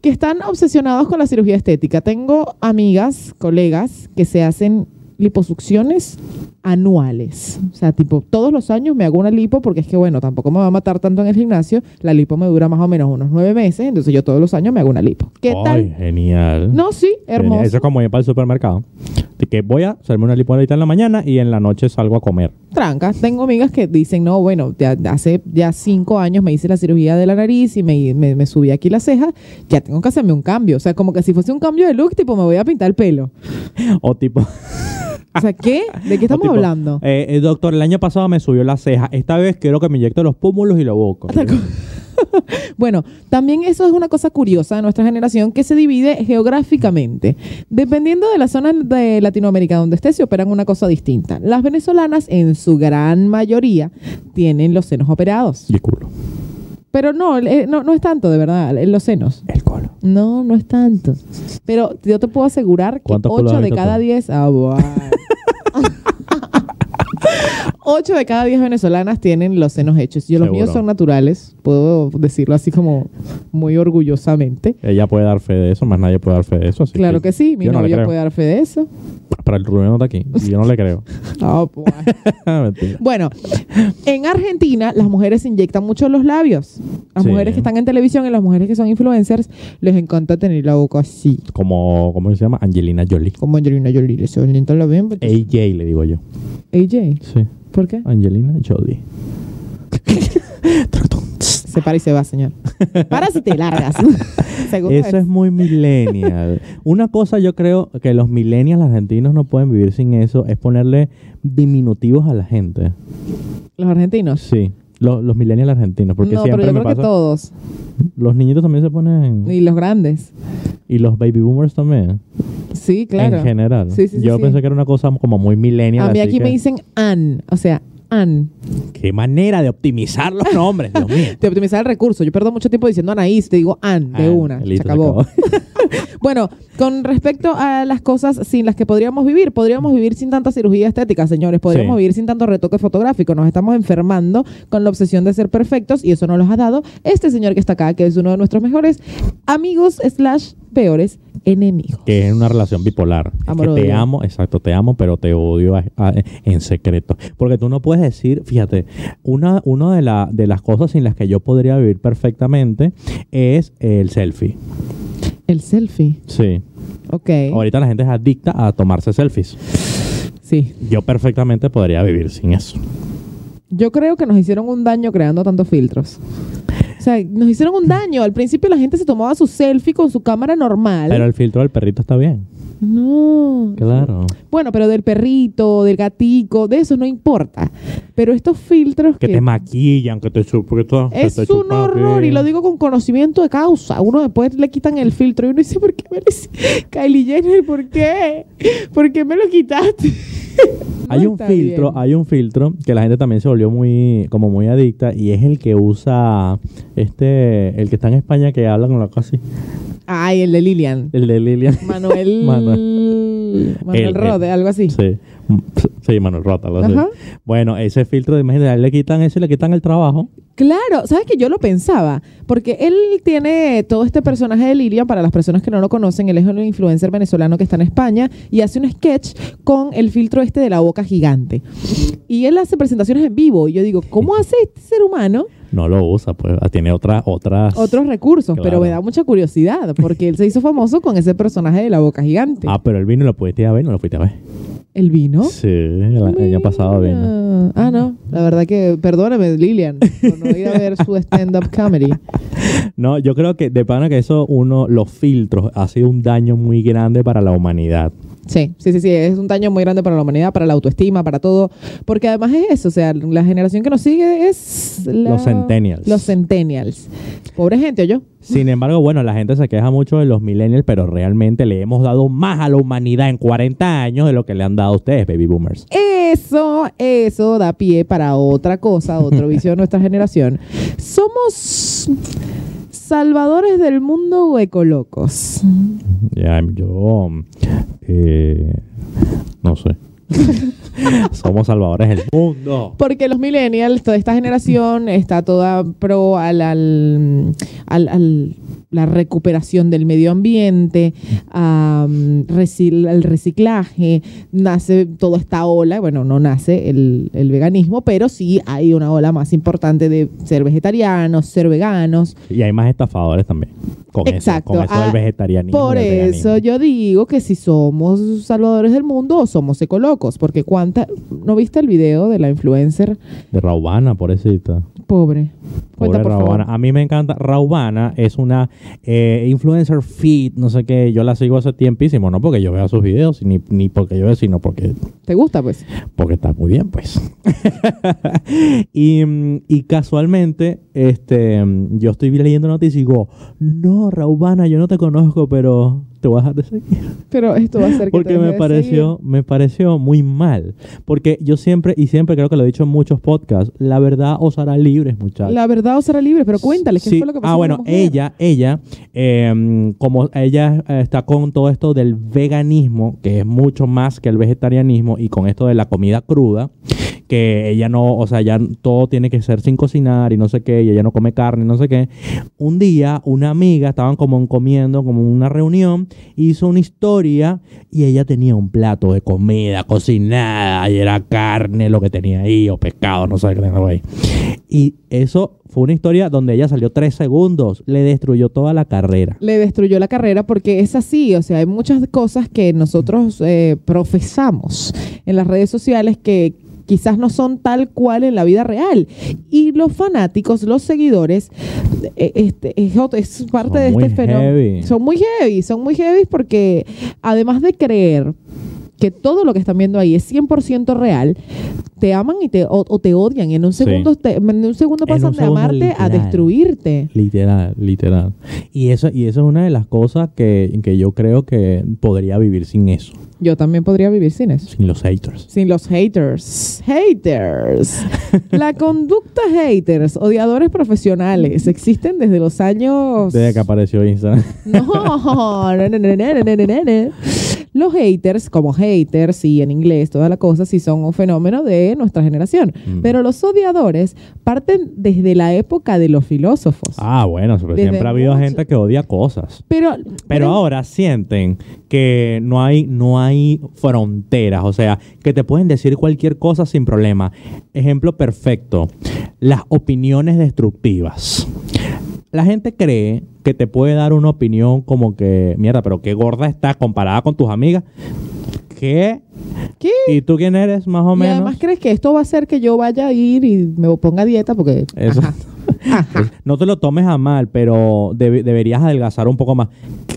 que están obsesionados con la cirugía estética. Tengo amigas, colegas, que se hacen liposucciones anuales. O sea, tipo, todos los años me hago una lipo porque es que, bueno, tampoco me va a matar tanto en el gimnasio. La lipo me dura más o menos unos nueve meses, entonces yo todos los años me hago una lipo. ¿Qué
Ay,
tal?
genial.
No, sí, hermoso.
Genial. Eso es como ir para el supermercado. De que voy a hacerme una lipo ahorita en la mañana y en la noche salgo a comer.
tranca. Tengo amigas que dicen, no, bueno, ya- hace ya cinco años me hice la cirugía de la nariz y me, me- me subí aquí la ceja, ya tengo que hacerme un cambio. O sea, como que si fuese un cambio de look, tipo, me voy a pintar el pelo.
O tipo.
O sea, ¿qué? ¿De qué
o
estamos
tipo,
hablando?
eh, eh, doctor, el año pasado me subió la ceja. Esta vez quiero que me inyecte los pómulos y los bocos.
Bueno, también eso es una cosa curiosa de nuestra generación que se divide geográficamente. Dependiendo de la zona de Latinoamérica donde esté, se operan una cosa distinta. Las venezolanas, en su gran mayoría, tienen los senos operados.
Y el culo.
Pero no, eh, no, no es tanto, de verdad, eh, los senos.
El culo.
No, no es tanto. Pero yo te puedo asegurar que
¿Cuántos culos
8
has
de
visto
cada
tú?
10. Ah, 8 de cada 10 venezolanas tienen los senos hechos. Yo, los
Seguro.
míos son naturales, puedo decirlo así como muy orgullosamente.
Ella puede dar fe de eso, más nadie puede dar fe de eso. así
claro que sí, mi
yo no le
novio
creo.
puede dar fe de eso.
Pero el Rubén no está aquí. y Yo no le creo.
Ah, pues.
Mentira.
Bueno, en Argentina las mujeres se inyectan mucho los labios. Las
Sí.
mujeres que están en televisión y las mujeres que son influencers les encanta tener la boca así,
Como, ¿cómo se llama? Angelina Jolie.
como Angelina Jolie. Le solenta la bien. porque-
AJ le digo yo.
AJ,
Sí.
¿por qué?
Angelina Jolie.
Se para y se va, señor. Para si te largas. Seguro
Eso es muy millennial. Una cosa yo creo que los millennials argentinos no pueden vivir sin eso es ponerle diminutivos a la gente.
Los argentinos.
Sí. Los, los millennials argentinos, porque
no, pero
siempre
yo
me
creo que
pasa.
todos.
Los niñitos también se ponen.
Y los grandes.
Y los baby boomers también.
Sí, claro.
En general.
Sí, sí, sí,
yo
sí.
pensé que era una cosa como muy millennial.
A mí
así
aquí
que-
me dicen An. O sea, An.
Qué manera de optimizar los nombres, Dios mío.
Te optimizar el recurso. Yo pierdo mucho tiempo diciendo Anaís. Te digo An de
Ah,
una.
listo,
se acabó. Bueno, con respecto a las cosas sin las que podríamos vivir, podríamos vivir sin tanta cirugía estética, señores, podríamos
Sí.
vivir sin tanto retoque fotográfico, nos estamos enfermando con la obsesión de ser perfectos y eso nos los ha dado este señor que está acá, que es uno de nuestros mejores amigos slash peores enemigos.
que es una relación bipolar. Es
Amor,
que te
odio.
amo, exacto, te amo, pero te odio a- a- en secreto. Porque tú no puedes decir, fíjate, una, una de, la- de las cosas sin las que yo podría vivir perfectamente es el selfie.
El selfie,
Sí.
ok.
Ahorita la gente es adicta a tomarse selfies.
Sí.
Yo perfectamente podría vivir sin eso.
Yo creo que nos hicieron un daño creando tantos filtros. O sea, nos hicieron un daño. Al principio la gente se tomaba su selfie con su cámara normal.
Pero el filtro del perrito está bien.
no.
Claro.
Bueno, pero del perrito, del gatico, de eso no importa. Pero estos filtros
Que
que,
te maquillan, que te eh. chupan.
es un horror y lo digo con conocimiento de causa. Uno después le quitan el filtro y uno dice, ¿por qué me lo hice? Kylie Jenner, ¿por qué? ¿Por qué me lo quitaste? No
hay un
está
filtro,
bien.
hay un filtro que la gente también se volvió muy, como muy adicta y es el que usa este, el que está en España que habla con la cosa así,
Ay, el de Lilian.
el de Lilian.
Manuel.
Manuel.
Manuel,
El-
Rode,
el-
algo así.
Sí. Sí, Manuel Rota. lo sé.
Ajá.
Bueno, ese filtro, imagínate, a él le quitan eso y le quitan el trabajo.
Claro, sabes que yo lo pensaba, porque él tiene todo este personaje de Lilian, para las personas que no lo conocen, él es un influencer venezolano que está en España y hace un sketch con el filtro este de la boca gigante. Y él hace presentaciones en vivo y yo digo, ¿cómo hace este ser humano
No lo usa, pues tiene otra, otras.
otros recursos? Pero
Claro.
me da mucha curiosidad, porque él se hizo famoso con ese personaje de la boca gigante.
Ah, pero el vino lo pudiste ir a ver, no lo fuiste a ver.
¿El vino?
Sí, el año pasado vino.
Ah, Ah, no, la verdad que perdóname, Lilian, por no ir a ver su stand-up comedy.
No, yo creo que de pana que eso, uno, los filtros, ha sido un daño muy grande para la humanidad.
Sí, sí, sí, sí, es un daño muy grande para la humanidad, para la autoestima, para todo, porque además es eso, o sea, la generación que nos sigue es... la-
Los centennials.
Los centennials. Pobre gente, yo.
Sin embargo, bueno, la gente se queja mucho de los millennials, pero realmente le hemos dado más a la humanidad en 40 años de lo que le han dado a ustedes, baby boomers.
Eso, eso da pie para otra cosa, otro vicio de nuestra generación. Somos salvadores del mundo huecolocos.
Ya, yo. eh, no sé. Somos salvadores del mundo.
Porque los millennials, toda esta generación, está toda pro al, al, al- al- la recuperación del medio ambiente, am, recil- al reciclaje, nace toda esta ola, bueno, no nace el, el veganismo, pero sí hay una ola más importante de ser vegetarianos, ser veganos.
Y hay más estafadores también. Con
Exacto.
eso, con eso
Ah,
del vegetarianismo.
Por
y del
eso
veganismo.
yo digo que si somos salvadores del mundo, somos ecolocos, porque cuánta... ¿No viste el video de la influencer?
De Raubana, pobrecita.
Pobre. Cuenta,
Pobre
por favor.
Raubana. A mí me encanta. Raubana es una eh, influencer fit, no sé qué. Yo la sigo hace tiempísimo, no porque yo vea sus videos, ni, ni porque yo veo, sino porque
¿Te gusta, pues?
porque está muy bien, pues. y, mm, y casualmente, este, mm, yo estoy leyendo noticias y digo, no, Raubana, yo no te conozco, pero te voy a dejar de seguir.
Pero esto va a ser que te
Porque me
deje
pareció, me pareció muy mal. Porque yo siempre, y siempre creo que lo he dicho en muchos podcasts, la verdad os hará libres,
seguir.
muchachos.
La verdad os será libre, pero cuéntale, ¿qué
Sí.
fue lo que pasó?
Ah,
con
bueno,
la mujer?
ella, ella, eh, como ella eh, está con todo esto del veganismo, que es mucho más que el vegetarianismo, y con esto de la comida cruda, que ella no, o sea, ya todo tiene que ser sin cocinar y no sé qué, y ella no come carne y no sé qué. Un día, una amiga, estaban como comiendo, como en una reunión, hizo una historia y ella tenía un plato de comida cocinada, y era carne lo que tenía ahí, o pescado, no sé qué tenía ahí. Y eso fue una historia donde ella salió tres segundos, le destruyó toda la carrera.
Le destruyó la carrera porque es así, o sea, hay muchas cosas que nosotros eh, profesamos en las redes sociales que quizás no son tal cual en la vida real. Y los fanáticos, los seguidores, eh, este, es, ot- es parte
Son
de este
muy
fenómeno.
heavy.
Son muy heavy, son muy heavy porque además de creer que todo lo que están viendo ahí es 100% real, te aman y te, o, o te odian y en un
Sí.
segundo, te- en un segundo
En un
pasan de
segundo,
amarte a
literal.
destruirte.
Literal, literal. Y eso, y eso es una de las cosas que, que yo creo que podría vivir sin eso,
Yo también podría vivir sin eso.
sin los haters.
Sin los haters. Haters. La conducta haters, odiadores profesionales, existen desde los años...
Desde que apareció Instagram.
No, no, no, no, no, no, no, no, no. Los haters, como haters y en inglés, toda la cosa, sí son un fenómeno de nuestra generación.
Mm.
Pero los odiadores parten desde la época de los filósofos.
Ah, bueno, pero
Desde
siempre ha habido
mucho-
gente que odia cosas.
Pero,
Pero
pero-
ahora sienten que no hay, no hay fronteras, o sea, que te pueden decir cualquier cosa sin problema. Ejemplo perfecto, las opiniones destructivas. La gente cree que te puede dar una opinión como que, mierda, pero qué gorda estás comparada con tus amigas. ¿Qué?
¿Qué?
¿Y tú quién eres, más o
Y
menos?
además crees que esto va a hacer que yo vaya a ir y me ponga a dieta porque...
Eso.
Ajá. Ajá.
No te lo tomes a mal, pero debe- deberías adelgazar un poco más.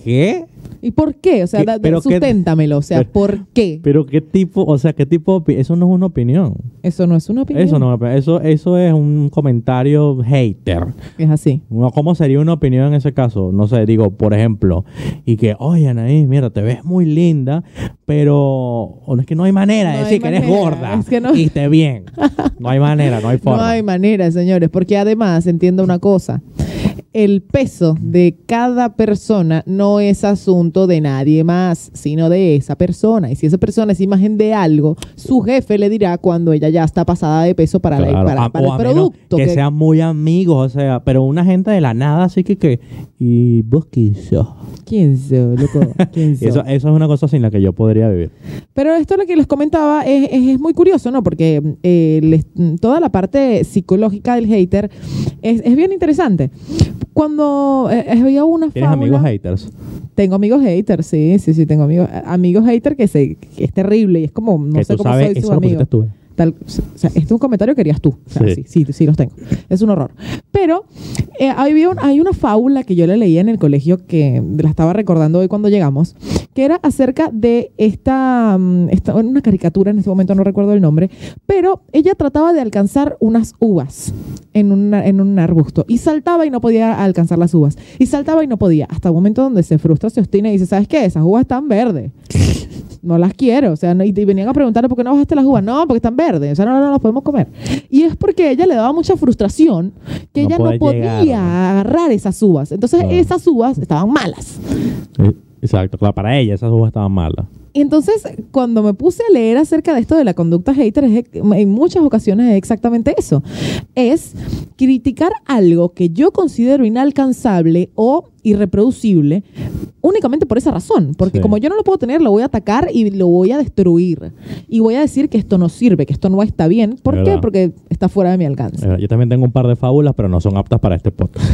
¿Qué?
¿Y por qué? O sea,
¿Qué-
da- da-
pero qué-
susténtamelo. O sea,
pero-
¿por qué?
Pero qué tipo, o sea, qué tipo, de opi- eso no es una opinión.
Eso no es una opinión.
Eso no, eso, eso es un comentario hater.
Es así.
No, ¿Cómo sería una opinión en ese caso? No sé, digo, por ejemplo, y que, oye, Anaís, mira, te ves muy linda, pero o no, es que no hay manera de
No hay
decir que eres
manera,
gorda
es que no-
y esté bien. No hay manera, no hay forma.
No hay manera, señores, porque además entiendo una cosa. el peso de cada persona no es asunto de nadie más, sino de esa persona. Y si esa persona es imagen de algo, su jefe le dirá cuando ella ya está pasada de peso para, la-
Claro,
para-
a- o
para el
a menos
producto.
que,
que-
sean muy amigos, o sea, pero una gente de la nada, así que que. Y vos quién sos?
¿Quién soy, loco? ¿Quién soy?
Eso, eso es una cosa sin la que yo podría vivir.
Pero esto lo que les comentaba es, es- es muy curioso, ¿no? Porque eh, les- toda la parte psicológica del hater es, es bien interesante. Cuando eh, eh, había una
¿Tienes
fábula-
amigos haters?
Tengo amigos haters, sí, sí, sí, tengo amigos, amigos haters que, se, que es terrible y es como, no
que
sé
tú
cómo
sabes,
soy su
eso lo
amigo.
pusiste tú.
Tal- o sea, este es un comentario que harías tú. O sea, sí.
Sí.
sí, sí los tengo. Es un horror. Pero eh, había un- hay una fábula que yo la leía en el colegio que la estaba recordando hoy cuando llegamos, que era acerca de esta, mm, esta- una caricatura, en este momento no recuerdo el nombre, pero ella trataba de alcanzar unas uvas en, una- en un arbusto y saltaba y no podía alcanzar las uvas. Y saltaba y no podía, hasta un momento donde se frustra, se obstina y dice, ¿sabes qué? Esas uvas están verdes no las quiero. O sea, no- y, y venían a preguntarle por qué no bajaste las uvas. No, porque están verdes. O sea, no, no, no las podemos comer. Y es porque ella le daba mucha frustración que
No
ella no
poder
podía
llegar. Ah.
agarrar esas uvas. Entonces,
Claro.
esas uvas estaban malas.
Eh, Exacto, claro, para ella esas uvas estaban malas.
Y entonces, cuando me puse a leer acerca de esto de la conducta hater, es- en muchas ocasiones es exactamente eso. Es criticar algo que yo considero inalcanzable o irreproducible únicamente por esa razón. Porque
Sí.
como yo no lo puedo tener, lo voy a atacar y lo voy a destruir. Y voy a decir que esto no sirve, que esto no está bien. ¿Por
Es
qué?
verdad.
Porque está fuera de mi alcance.
Eh, Yo también tengo un par de fábulas, pero no son aptas para este podcast.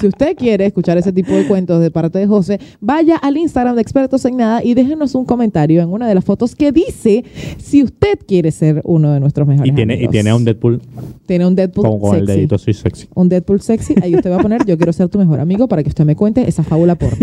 Si usted quiere escuchar ese tipo de cuentos de parte de José, vaya al Instagram de Expertos en Nada y déjenos un comentario en una de las fotos que dice si usted quiere ser uno de nuestros mejores
Y tiene, y
amigos.
tiene a un Deadpool
Tiene un Deadpool
con, con el
sexy.
dedito así sexy.
Un Deadpool sexy. Ahí usted va a poner yo quiero ser tu mejor amigo para que usted me cuente esa fábula porno.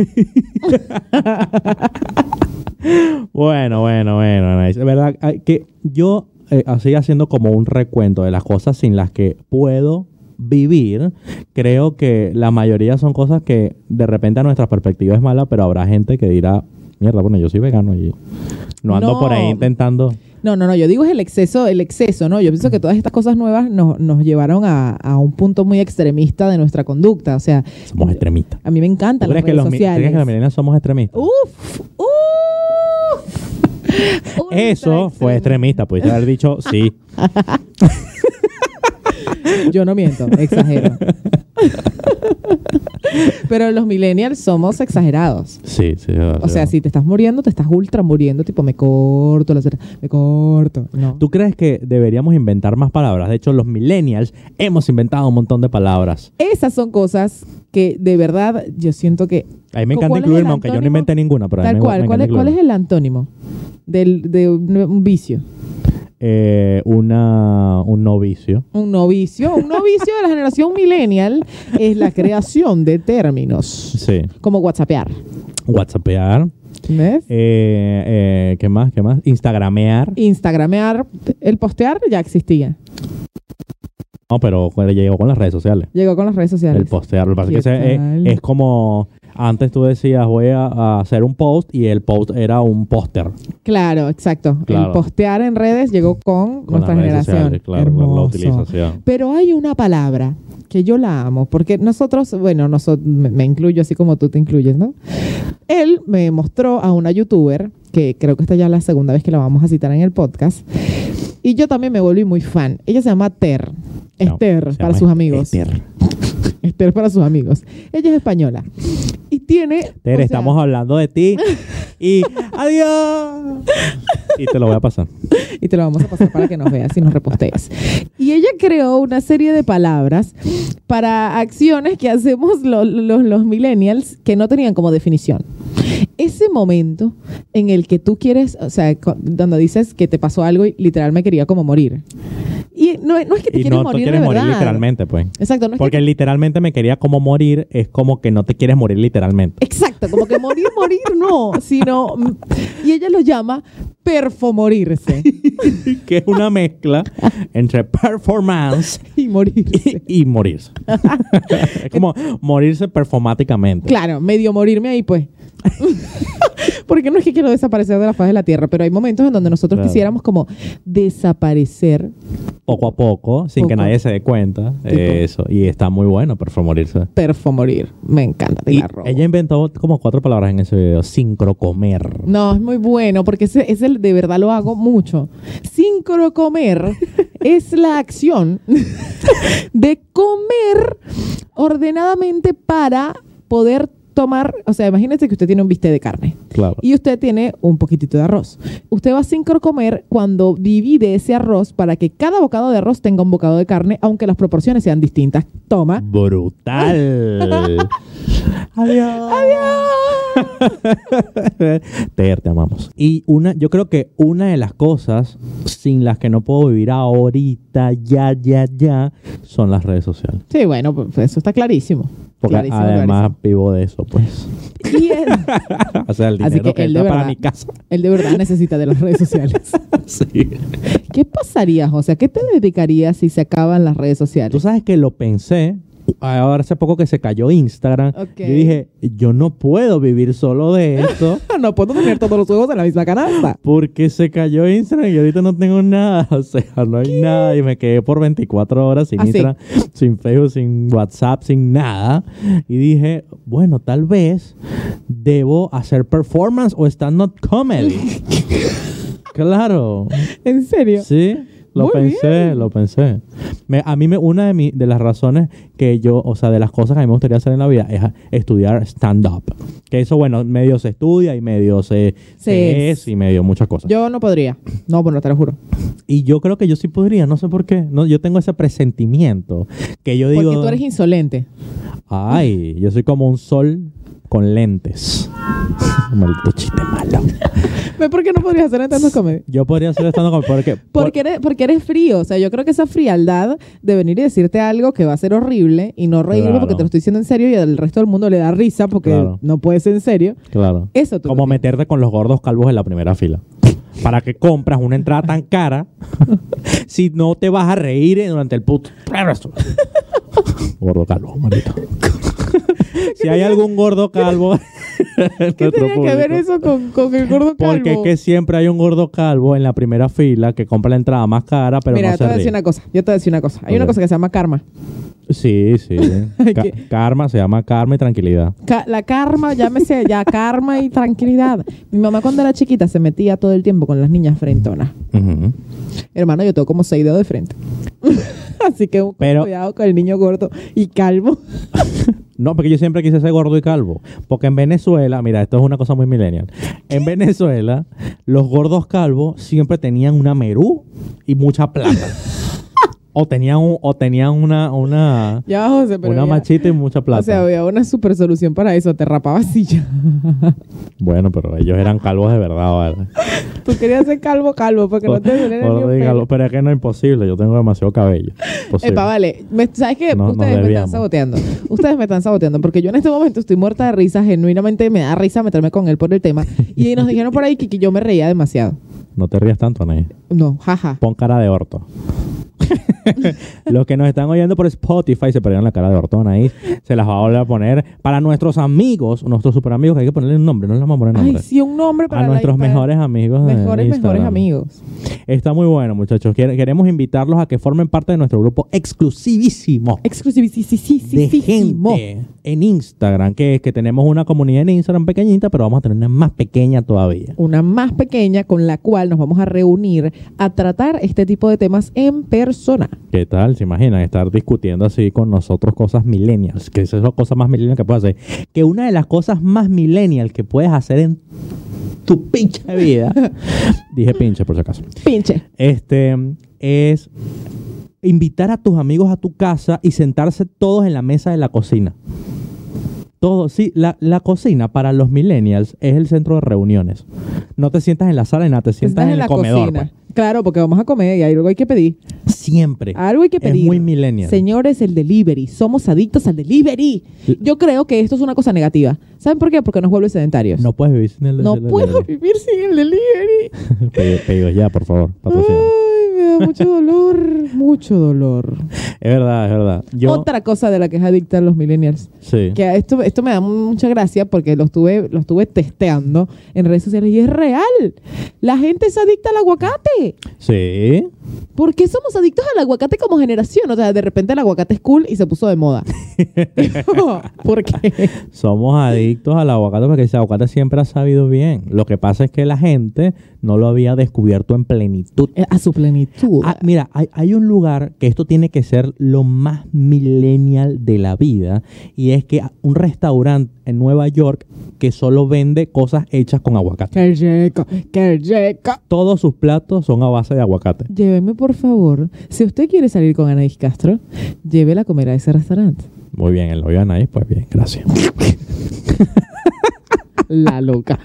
Bueno, bueno, bueno, nice. Es verdad hay que yo, eh, así haciendo como un recuento de las cosas sin las que puedo vivir, creo que la mayoría son cosas que de repente a nuestra perspectiva es mala, pero habrá gente que dirá, mierda, bueno, yo soy vegano y no ando
No.
por ahí intentando.
No, no, no. Yo digo es el exceso, el exceso, ¿no? Yo pienso que todas estas cosas nuevas nos, nos llevaron a, a un punto muy extremista de nuestra conducta. O sea,
Somos extremistas.
a mí me encantan
¿Tú
las
crees, que
redes
los, mi-
pues, sociales.
crees que los millennials somos extremistas?
Uf, uf. Ultra
Eso fue extremista, pudiste haber dicho sí.
Yo no miento, exagero. Pero los millennials somos exagerados.
Sí, sí.
O sea, si te estás muriendo, te estás ultra muriendo, tipo me corto la cera, me corto. No.
¿Tú crees que deberíamos inventar más palabras? De hecho, los millennials hemos inventado un montón de palabras.
Esas son cosas que de verdad yo siento que
A mí me
¿Cuál
encanta
es
incluirme,
el
aunque yo no
antónimo?
inventé ninguna, pero a mí
tal
me,
cual,
me
¿cuál
encanta
es, cuál es
incluirme.
el antónimo del, de un, un vicio?
Eh, una, un novicio.
Un novicio, un novicio de la generación millennial es la creación de términos
Sí.
como whatsappear.
Whatsappear.
¿Ves?
Eh, eh, ¿Qué más? ¿Qué más? Instagramear.
Instagramear, el postear ya existía.
No, pero llegó con las redes sociales.
Llegó con las redes sociales.
El postear. Lo que pasa es
¿Qué
que ese
tal?
es, es como... Antes tú decías, voy a, a hacer un post y el post era un póster.
Claro, exacto. El
Claro.
postear en redes llegó con,
Con
nuestra
las redes
generación.
sociales, claro, con la
Hermoso.
utilización.
Pero hay una palabra que yo la amo, porque nosotros, bueno, nosotros, me, me incluyo así como tú te incluyes, ¿no? Él me mostró a una youtuber, que creo que esta ya es la segunda vez que la vamos a citar en el podcast, y yo también me volví muy fan. Ella se llama Ter.
No,
Esther,
se
para
llama
sus amigos.
Esther.
Esther para sus amigos. Ella es española. Y tiene...
Ter,
o sea,
estamos hablando de ti. y adiós. y te lo voy a pasar.
y te lo vamos a pasar para que nos veas y nos repostees. Y ella creó una serie de palabras para acciones que hacemos lo- lo- los millennials que no tenían como definición. Ese momento en el que tú quieres, o sea, cu- cuando dices que te pasó algo y literal me quería como morir. Y no, no es que te
Y
quieres
no te
morir
quieres
de
morir
verdad.
literalmente, pues.
Exacto, no es que
Porque literalmente me quería como morir, es como que no te quieres morir literalmente.
Exacto, como que morir, morir no, sino... Y ella lo llama perfomorirse
que es una mezcla entre performance
y morirse.
y, y morirse. es como morirse performáticamente.
Claro, medio morirme ahí pues. Porque no es que quiero desaparecer de la faz de la Tierra, pero hay momentos en donde nosotros
Claro.
quisiéramos como desaparecer.
Poco a poco, sin que
Poco.
nadie se dé cuenta.
Tipo.
Eso. Y está muy bueno Perfo Morirse.
Perfo morir. Me encanta. te
Y
la robo.
ella inventó como cuatro palabras en ese video. Sincrocomer.
No, es muy bueno porque ese, ese de verdad lo hago mucho. Sincrocomer es la acción de comer ordenadamente para poder tomar, o sea, imagínese que usted tiene un bistec de carne
Claro.
y usted tiene un poquitito de arroz. Usted va a sincrocomer cuando divide ese arroz para que cada bocado de arroz tenga un bocado de carne, aunque las proporciones sean distintas. Toma.
Brutal. Adiós. Ter, te amamos. Y una, yo creo que una de las cosas sin las que no puedo vivir ahorita, ya, ya, ya, son las redes sociales.
Sí, bueno, pues eso está clarísimo.
Porque
Clarísimo,
además
clarísimo.
vivo de eso, pues.
Y es-
o sea, el
Así
dinero
que
que
él de
entra para
verdad-
mi casa.
Él de verdad necesita de las redes sociales.
Sí.
¿Qué pasaría, José? ¿A qué te dedicarías si se acaban las redes
Tú
sociales?
sabes que lo pensé. Ahora hace poco que se cayó Instagram.
Ok.
Yo dije, yo no puedo vivir solo de esto.
No puedo tener todos los huevos en la misma canasta.
Porque se cayó Instagram y ahorita no tengo nada. O sea, no hay nada. Y me quedé por 24 horas sin
Así.
Instagram, sin Facebook, sin WhatsApp, sin nada. Y dije, bueno, tal vez debo hacer performance o stand-up comedy. claro.
¿En serio?
Sí. Lo
Muy
pensé, lo pensé. Me- a mí me, una de, mi- de las razones que yo, o sea, de las cosas que a mí me gustaría hacer en la vida es a- estudiar stand-up. Que eso, bueno, medio se estudia y medio se,
Se
se
es.
es y medio muchas cosas.
Yo no podría. No, bueno, te lo juro.
Y yo creo que yo sí podría, no sé por qué. No, yo tengo ese presentimiento que yo digo,
Porque tú eres insolente.
ay, yo soy como un sol con lentes. Maldito chiste malo.
¿Ve ¿Por qué no podrías hacer tantas comedias?
Yo podría hacer estando con porque
Porque eres, porque eres frío. O sea, yo creo que esa frialdad de venir y decirte algo que va a ser horrible y no reírme
Claro.
porque te lo estoy diciendo en serio y al resto del mundo le da risa porque
Claro.
no puede ser en serio.
claro.
Eso tú
Como
lo tienes.
meterte con los gordos calvos en la primera fila. ¿Para qué compras una entrada tan cara si no te vas a reír durante el puto resto? gordo calvo, maldito. si hay algún gordo calvo. en
¿Qué
nuestro
tenía que ver
público.
eso con, con el gordo calvo?
Porque es que siempre hay un gordo calvo en la primera fila que compra la entrada más cara, pero
Mira,
no
yo te
se
voy a decir
ríe.
una cosa. Yo te voy a decir una cosa. Hay una
Ok.
cosa que se llama karma.
Sí, sí.
Ay,
Ca-
qué-
karma, se llama karma y tranquilidad.
Ca- la karma, llámese ya karma y tranquilidad. Mi mamá cuando era chiquita se metía todo el tiempo con las niñas frentonas.
Ujú.
Hermano, yo tengo como seis dedos de frente. Así que con
Pero-
cuidado con el niño gordo y calvo.
No, porque yo siempre quise ser gordo y calvo. Porque en Venezuela, mira, esto es una cosa muy millennial. En Venezuela, los gordos calvos siempre tenían una merú y mucha plata. o tenían, un- o tenían una, una,
ya, José, pero
una
ya-
machita y mucha plata.
O sea, había una super solución para eso. Te rapabas y ya.
bueno, pero ellos eran calvos de verdad, ¿vale?
Tú querías ser calvo, calvo, porque no te duele ni un
Gordo y calvo. Pues,
pelo.
Pero es que no es imposible, yo tengo demasiado cabello. Imposible.
Epa, vale. Me- ¿Sabes qué?
No, nos
Ustedes me están
desviamos.
saboteando. Ustedes me están saboteando porque yo en este momento estoy muerta de risa. Genuinamente me da risa meterme con él por el tema. Y nos dijeron por ahí que, que yo me reía demasiado.
No te rías tanto, Anaí.
No, jaja.
Pon cara de orto. Los que nos están oyendo por Spotify se perdieron la cara de orto, Anaí. Se las va a volver a poner para nuestros amigos, nuestros super amigos, que hay que ponerle un nombre, no les vamos a poner
Ay,
nombre.
sí, un nombre para
a
la-
nuestros
para-
mejores amigos. de
Mejores, mejores
Instagram.
amigos.
Está muy bueno, muchachos. Quere- Queremos invitarlos a que formen parte de nuestro grupo exclusivísimo de
Exclusivísimo.
gente en Instagram, que es que tenemos una comunidad en Instagram pequeñita, pero vamos a tener una más pequeña todavía.
Una más pequeña con la cual nos vamos a reunir a tratar este tipo de temas en persona.
¿Qué tal? ¿Se imaginan estar discutiendo así con nosotros cosas millennials? Que esa es la cosa más millennial que puedes hacer. Que una de las cosas más millennial que puedes hacer en tu pinche vida, dije pinche por si acaso,
Pinche.
este, es invitar a tus amigos a tu casa y sentarse todos en la mesa de la cocina. Todo, sí, la, la cocina para los millennials es el centro de reuniones. No te sientas en la sala, ni nada, te sientas en, el comedor.
Claro, porque vamos a comer y algo hay que pedir.
pues. Siempre.
Algo hay que
Es
pedir.
muy millennial.
Señores, el delivery. Somos adictos al delivery.
L-
Yo creo que esto es una cosa negativa. ¿Saben por qué? Porque nos vuelve sedentarios.
No puedes vivir sin el
No
sin el
puedo
delivery.
vivir sin el delivery.
Pedidos ya, por favor.
Ay, me da mucho dolor, mucho dolor.
Es verdad, es verdad. Yo,
Otra cosa de la que es adicta a los millennials.
Sí.
Que esto, esto me da mucha gracia porque lo estuve, lo estuve testeando en redes sociales y es real. La gente es adicta al aguacate.
Sí.
¿Por qué somos adictos al aguacate como generación? O sea, de repente el aguacate es cool y se puso de moda. ¿Por qué?
Somos adictos al aguacate porque ese aguacate siempre ha sabido bien. Lo que pasa es que la gente no lo había descubierto en plenitud.
A su plenitud.
Ah, mira, hay, hay un lugar que esto tiene que ser lo más millennial de la vida y es que un restaurante en Nueva York que solo vende cosas hechas con aguacate.
¡Qué rico! ¡Qué rico!
Todos sus platos son a base de aguacate.
Lléveme, por favor. Si usted quiere salir con Anaís Castro, llévela a comer a ese restaurante.
Muy bien, el hoyo ahí, pues bien, gracias.
La loca.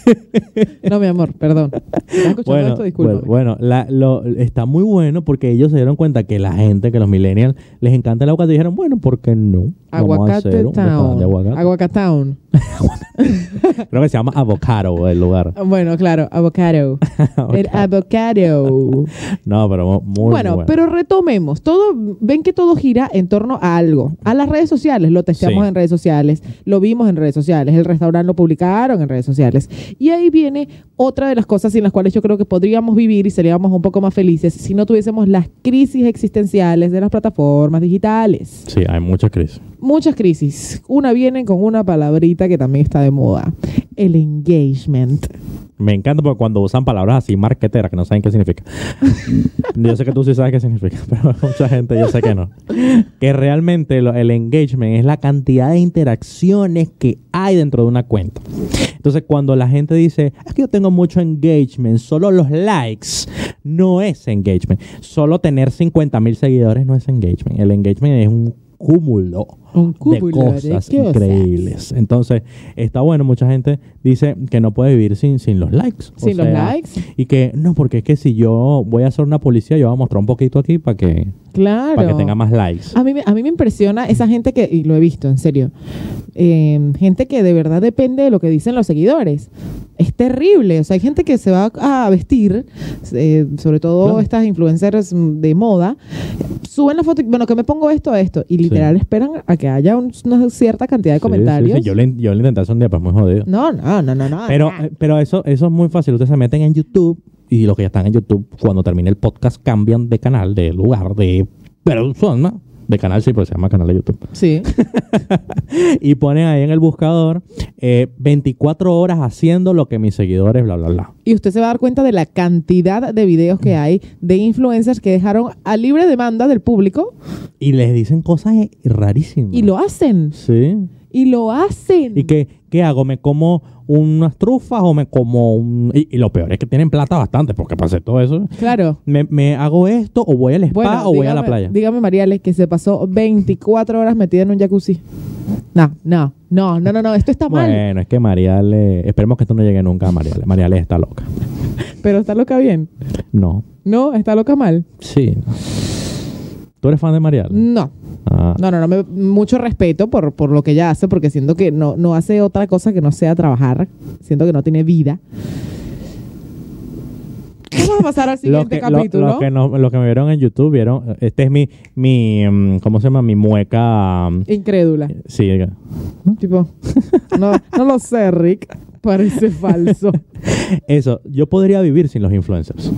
no, mi amor, perdón. ¿Estás escuchando
Bueno,
esto? Disculpa.
bueno, bueno, la- lo- está muy bueno porque ellos se dieron cuenta que la gente, que los millennials, les encanta el aguacate y dijeron, bueno, ¿por qué no? Vamos a
Aguacate
hacer un restaurante
Town.
de aguacate.
Aguacatown.
Creo que se llama Avocado el lugar.
Bueno, claro, avocado. El avocado.
No, pero mu- muy
Eh, bueno,
bueno.
pero retomemos. Todo, ven que todo gira en torno a algo. A las redes sociales. Lo testeamos
Sí.
en redes sociales. Lo vimos en redes sociales. El restaurante lo publicaron en redes sociales. Y ahí viene otra de las cosas sin las cuales yo creo que podríamos vivir y seríamos un poco más felices si no tuviésemos las crisis existenciales de las plataformas digitales.
Sí, hay muchas crisis.
Muchas crisis. Una viene con una palabrita que también está de moda. El engagement.
Me encanta porque cuando usan palabras así, marqueteras, que no saben qué significa. yo sé que tú sí sabes qué significa, pero mucha gente yo sé que no. Que realmente lo- el engagement es la cantidad de interacciones que hay dentro de una cuenta. Entonces, cuando la gente dice, es que yo tengo mucho engagement, solo los likes, no es engagement. Solo tener 50 mil seguidores no es engagement. El engagement es un cúmulo
Un cúmulo de
de cosas
cosas.
increíbles. Entonces, está bueno. Mucha gente dice que no puede vivir sin, sin los likes. O
Sin los
sea,
likes.
Y que, no, porque es que si yo voy a hacer una policía, yo voy a mostrar un poquito aquí para que,
Claro. Ah,
para que tenga más likes.
A mí, me- a mí me impresiona esa gente que, y lo he visto, en serio, eh, gente que de verdad depende de lo que dicen los seguidores. Es terrible. O sea, hay gente que se va a vestir, eh, sobre todo
Claro.
estas influencers mm, de moda, suben la foto y, bueno, que me pongo esto, esto, y literal esperan a que haya un- una cierta cantidad de
Sí,
comentarios.
sí, sí. Yo, lo, in- yo lo intenté hace un día, pues muy jodido.
No, no, no, no, no.
Pero,
no.
eh, pero eso, eso es muy fácil. Ustedes se meten en YouTube y los que ya están en YouTube, cuando termine el podcast, cambian de canal, de lugar, de persona. De canal, sí, pero se llama canal de YouTube.
Sí.
Y ponen ahí en el buscador eh, 24 horas haciendo lo que mis seguidores, bla, bla, bla.
Y usted se va a dar cuenta de la cantidad de videos que hay de influencers que dejaron a libre demanda del público
Y les dicen cosas eh, rarísimas.
y lo hacen.
Sí.
Y lo hacen.
¿Y qué, qué hago? ¿Me como unas trufas o me como un...? Y, y lo peor es que tienen plata bastante, porque para hacer todo eso...
Claro.
¿Me, me hago esto o voy al spa
Bueno,
o voy a la
dígame-
playa?
Dígame, Mariales, que se pasó 24 horas metida en un jacuzzi. No, no, no, no, no, no, esto está mal.
Bueno, es que Mariale, esperemos que esto no llegue nunca a Mariale. Mariale está loca.
Pero está loca bien.
No.
No, está loca mal.
Sí. ¿Tú eres fan de Mariale?
No,
Ah.
no, no, no. me- mucho respeto por, por lo que ella hace, porque siento que no, no hace otra cosa que no sea trabajar. Siento que no tiene vida. Vamos a pasar al
Los
siguiente
que, lo-
capítulo.
los que no- los que me vieron en YouTube vieron, este es mi, mi, mm, ¿cómo se llama? Mi mueca, mm,
Incrédula.
sí, diga. ¿Mm?
Tipo, no, no lo sé, Rick. Parece falso.
eso, yo podría vivir sin los influencers.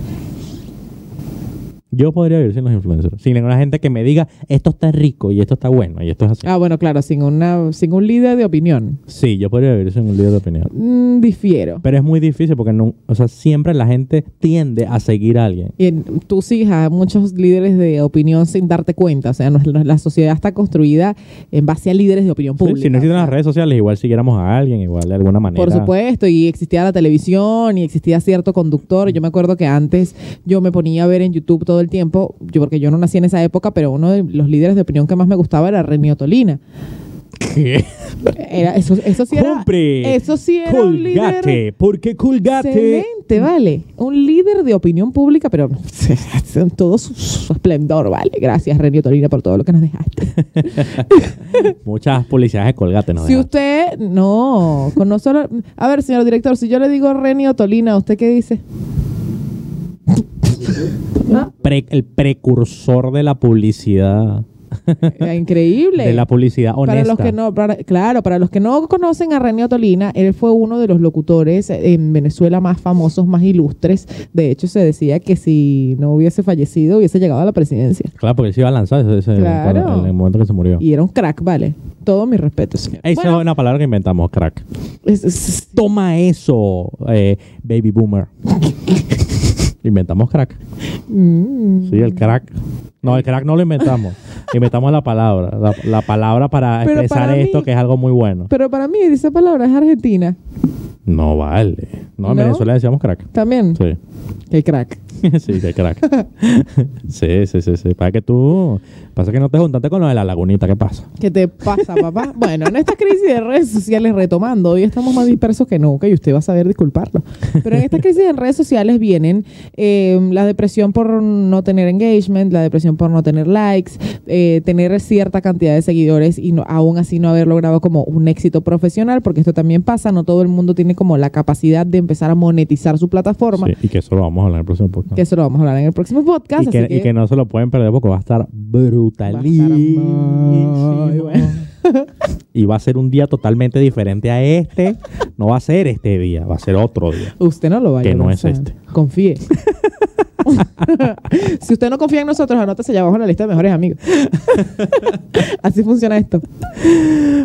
Yo podría vivir sin los influencers, sin ninguna gente que me diga, esto está rico y esto está bueno y esto es así.
Ah, bueno, claro, sin, una, sin un líder de opinión.
Sí, yo podría vivir sin un líder de opinión.
Mm, difiero.
Pero es muy difícil porque no, o sea, siempre la gente tiende a seguir a alguien.
Y en- tú sigues a muchos líderes de opinión sin darte cuenta. O sea, no es- no es- la sociedad está construida en base a líderes de opinión
Sí,
pública.
si no
o
existieran
sea,
las redes sociales, igual siguiéramos a alguien, igual de alguna manera.
Por supuesto, y existía la televisión y existía cierto conductor. Yo me acuerdo que antes yo me ponía a ver en YouTube todo el tiempo, yo porque yo no nací en esa época, pero uno de los líderes de opinión que más me gustaba era Renio Tolina.
¿Qué?
Era, eso, eso sí era,
Compre
eso sí era un líder
Colgate, porque Colgate.
Excelente, vale. Un líder de opinión pública, pero en todo su, su esplendor, vale. Gracias, Renio Torina, por todo lo que nos dejaste.
Muchas publicidades de Colgate, ¿no?
si usted, no, con nosotros. A ver, señor director, si yo le digo Renio Tolina, ¿usted qué dice?
Pre- el precursor de la publicidad.
Eh, Increíble.
De la publicidad honesta.
Para los que no, para- claro, para los que no conocen a Renio Tolina, él fue uno de los locutores en Venezuela más famosos, más ilustres. De hecho, se decía que si no hubiese fallecido, hubiese llegado a la presidencia.
Claro, porque él se iba a lanzar ese, ese-
Claro.
cuando- en el momento que se murió.
Y era un crack, vale. Todo mi respeto, señor.
Esa
Bueno,
es una palabra que inventamos, crack.
es- es-
Toma eso, eh, baby boomer. inventamos crack.
mm.
Sí, el crack. No, el crack no lo inventamos. inventamos la palabra. La, la palabra para
Pero
expresar
para mí-
esto, que es algo muy bueno.
Pero para mí esa palabra es argentina.
No vale. No, en
¿No?
Venezuela decíamos crack.
También.
Sí.
Qué crack.
sí, de crack. sí, sí, sí, sí. Para que tú. Pasa que no te juntaste con lo de la lagunita, ¿qué pasa?
¿Qué te pasa, papá? bueno, en esta crisis de redes sociales, retomando, hoy estamos más dispersos que nunca y usted va a saber disculparlo. Pero en esta crisis de redes sociales vienen eh, la depresión por no tener engagement, la depresión por no tener likes, eh, tener cierta cantidad de seguidores y no- aún así no haber logrado como un éxito profesional, porque esto también pasa, no todo el mundo tiene como la capacidad de empezar a monetizar su plataforma.
Sí, y que eso lo vamos a hablar en el próximo podcast.
Que eso lo vamos a hablar en el próximo podcast.
y, que,
así que
y que no se lo pueden perder porque va a estar brutalísimo.
Va a estar muy bueno.
y va a ser un día totalmente diferente a este. No va a ser este día, va a ser otro día.
Usted no lo vaya
Que
a
no es
lanzar.
este.
Confíe. si usted no confía en nosotros, anótese allá abajo en la lista de mejores amigos. Así funciona esto.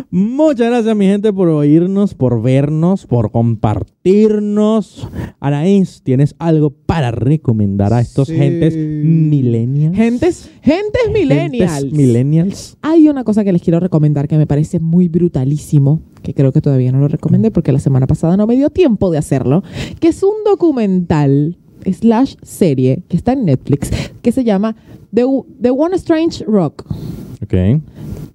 Muchas gracias, mi gente, por oírnos, por vernos, por compartirnos. Anaís, ¿tienes algo para recomendar a estos
Sí.
gentes millennials?
Gentes, gentes millennials.
Gentes millennials.
Hay una cosa que les quiero recomendar que me parece muy brutalísimo, que creo que todavía no lo recomendé porque la semana pasada no me dio tiempo de hacerlo, que es un documental slash serie que está en Netflix que se llama The, The One Strange Rock.
Ok.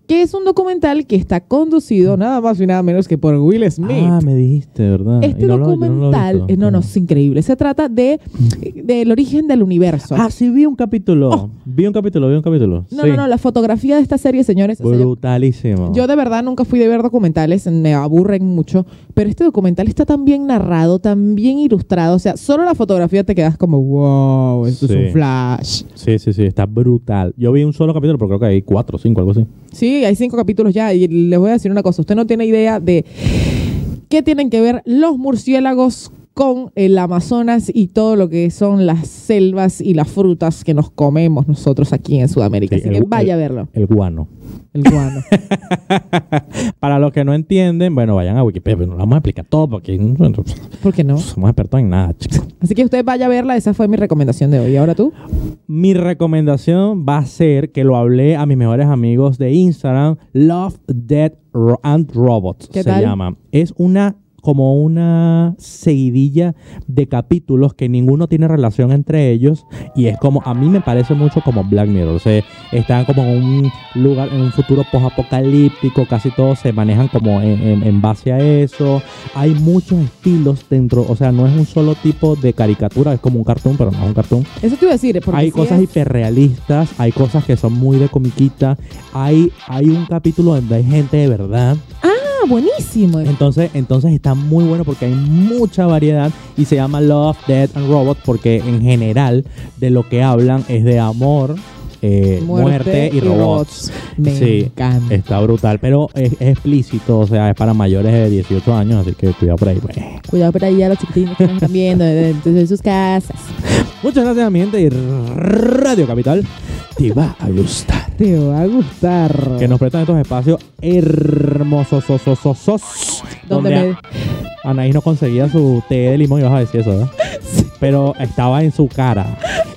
que es un documental que está conducido nada más y nada menos que por Will Smith.
Ah, me dijiste, ¿verdad?
este
Y no lo- yo no lo he
documental,
visto. Mm.
eh, no, no, es increíble. Se trata de del origen del universo.
Ah, sí, vi un capítulo. Vi un capítulo, vi un capítulo.
Oh. no,
Sí.
no, no, la fotografía de esta serie, señores. o sea, yo-
Brutalísimo.
yo de verdad nunca fui de ver documentales, me aburren mucho, pero este documental está tan bien narrado, tan bien ilustrado, o sea, solo la fotografía te quedas como, wow, esto
Sí.
es un flash.
Sí, sí, sí, está brutal. Yo vi un solo capítulo, pero creo que hay cuatro o cinco, algo así.
Sí, hay cinco capítulos ya. Y les voy a decir una cosa. Usted no tiene idea de qué tienen que ver los murciélagos con el Amazonas y todo lo que son las selvas y las frutas que nos comemos nosotros aquí en Sudamérica.
Sí,
Así
el-
que vaya a
el-
verlo,
El guano.
el guano.
Para los que no entienden, bueno, vayan a Wikipedia, pero no lo vamos a explicar todo porque no no
¿Por qué no?
somos expertos en nada, chicos.
Así que usted vaya a verla. Esa fue mi recomendación de hoy. ¿Y ahora tú?
Mi recomendación va a ser que lo hablé a mis mejores amigos de Instagram, Love, Dead Ro- and Robots
¿Qué
se
tal?
llama. Es una como una seguidilla de capítulos que ninguno tiene relación entre ellos y es como a mí me parece mucho como Black Mirror, o sea, están como en un lugar en un futuro post-apocalíptico, casi todos se manejan como en, en- en base a eso. Hay muchos estilos dentro, o sea, no es un solo tipo de caricatura, es como un cartoon, pero no es un cartoon.
Eso te iba a decir. porque
Hay
sí
cosas
es-
hiperrealistas, hay cosas que son muy de comiquita, hay, hay un capítulo donde hay gente de verdad.
Ah, buenísimo.
Entonces, entonces está muy bueno porque hay mucha variedad y se llama Love, Death and Robot porque en general de lo que hablan es de amor, eh, muerte, y, robots.
Me
Sí.
encanta.
Está brutal, pero es, es explícito, o sea, es para mayores de 18 años, así que cuidado por ahí. pues.
Cuidado por ahí a los chiquitines que nos están viendo desde desde sus casas.
Muchas gracias a mi gente y Radio Capital te va a gustar.
Te va a gustar.
que nos prestan estos espacios hermosos, so, so, so, sos, donde
Donde me-
a- Anaís no conseguía su té de limón y vas a decir eso, ¿verdad? Pero estaba en su cara,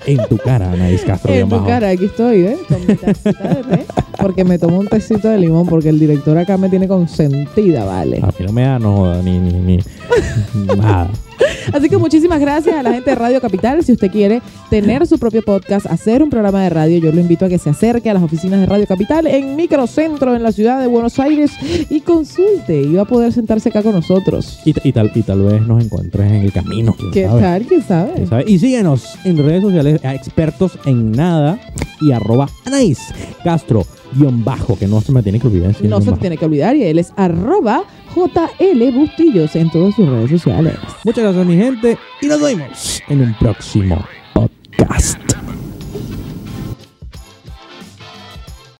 en tu cara, Anaís Castro.
En
guión
tu
bajo.
cara, aquí estoy, ¿eh? Con mi tacita de té, porque me tomo un tecito de limón, porque el director acá me tiene consentida, vale.
A mí no me da, no joda, ni, ni, ni nada.
Así que muchísimas gracias a la gente de Radio Capital. Si usted quiere tener su propio podcast, hacer un programa de radio, yo lo invito a que se acerque a las oficinas de Radio Capital en Microcentro, en la ciudad de Buenos Aires, y consulte. Y va a poder sentarse acá con nosotros.
Y, ta- y tal, y tal vez nos encuentres en el camino. ¿quién
¿Qué
sabe?
tal? ¿Quién sabe?
¿Quién sabe? Y síguenos en redes sociales a expertos en nada y arroba Anaís Castro guión bajo, que no se me tiene que olvidar.
No se
tiene
tiene que olvidar y él es arroba JL Bustillos en todas sus redes sociales.
Muchas gracias, mi gente, y nos vemos en un próximo podcast. Podcast.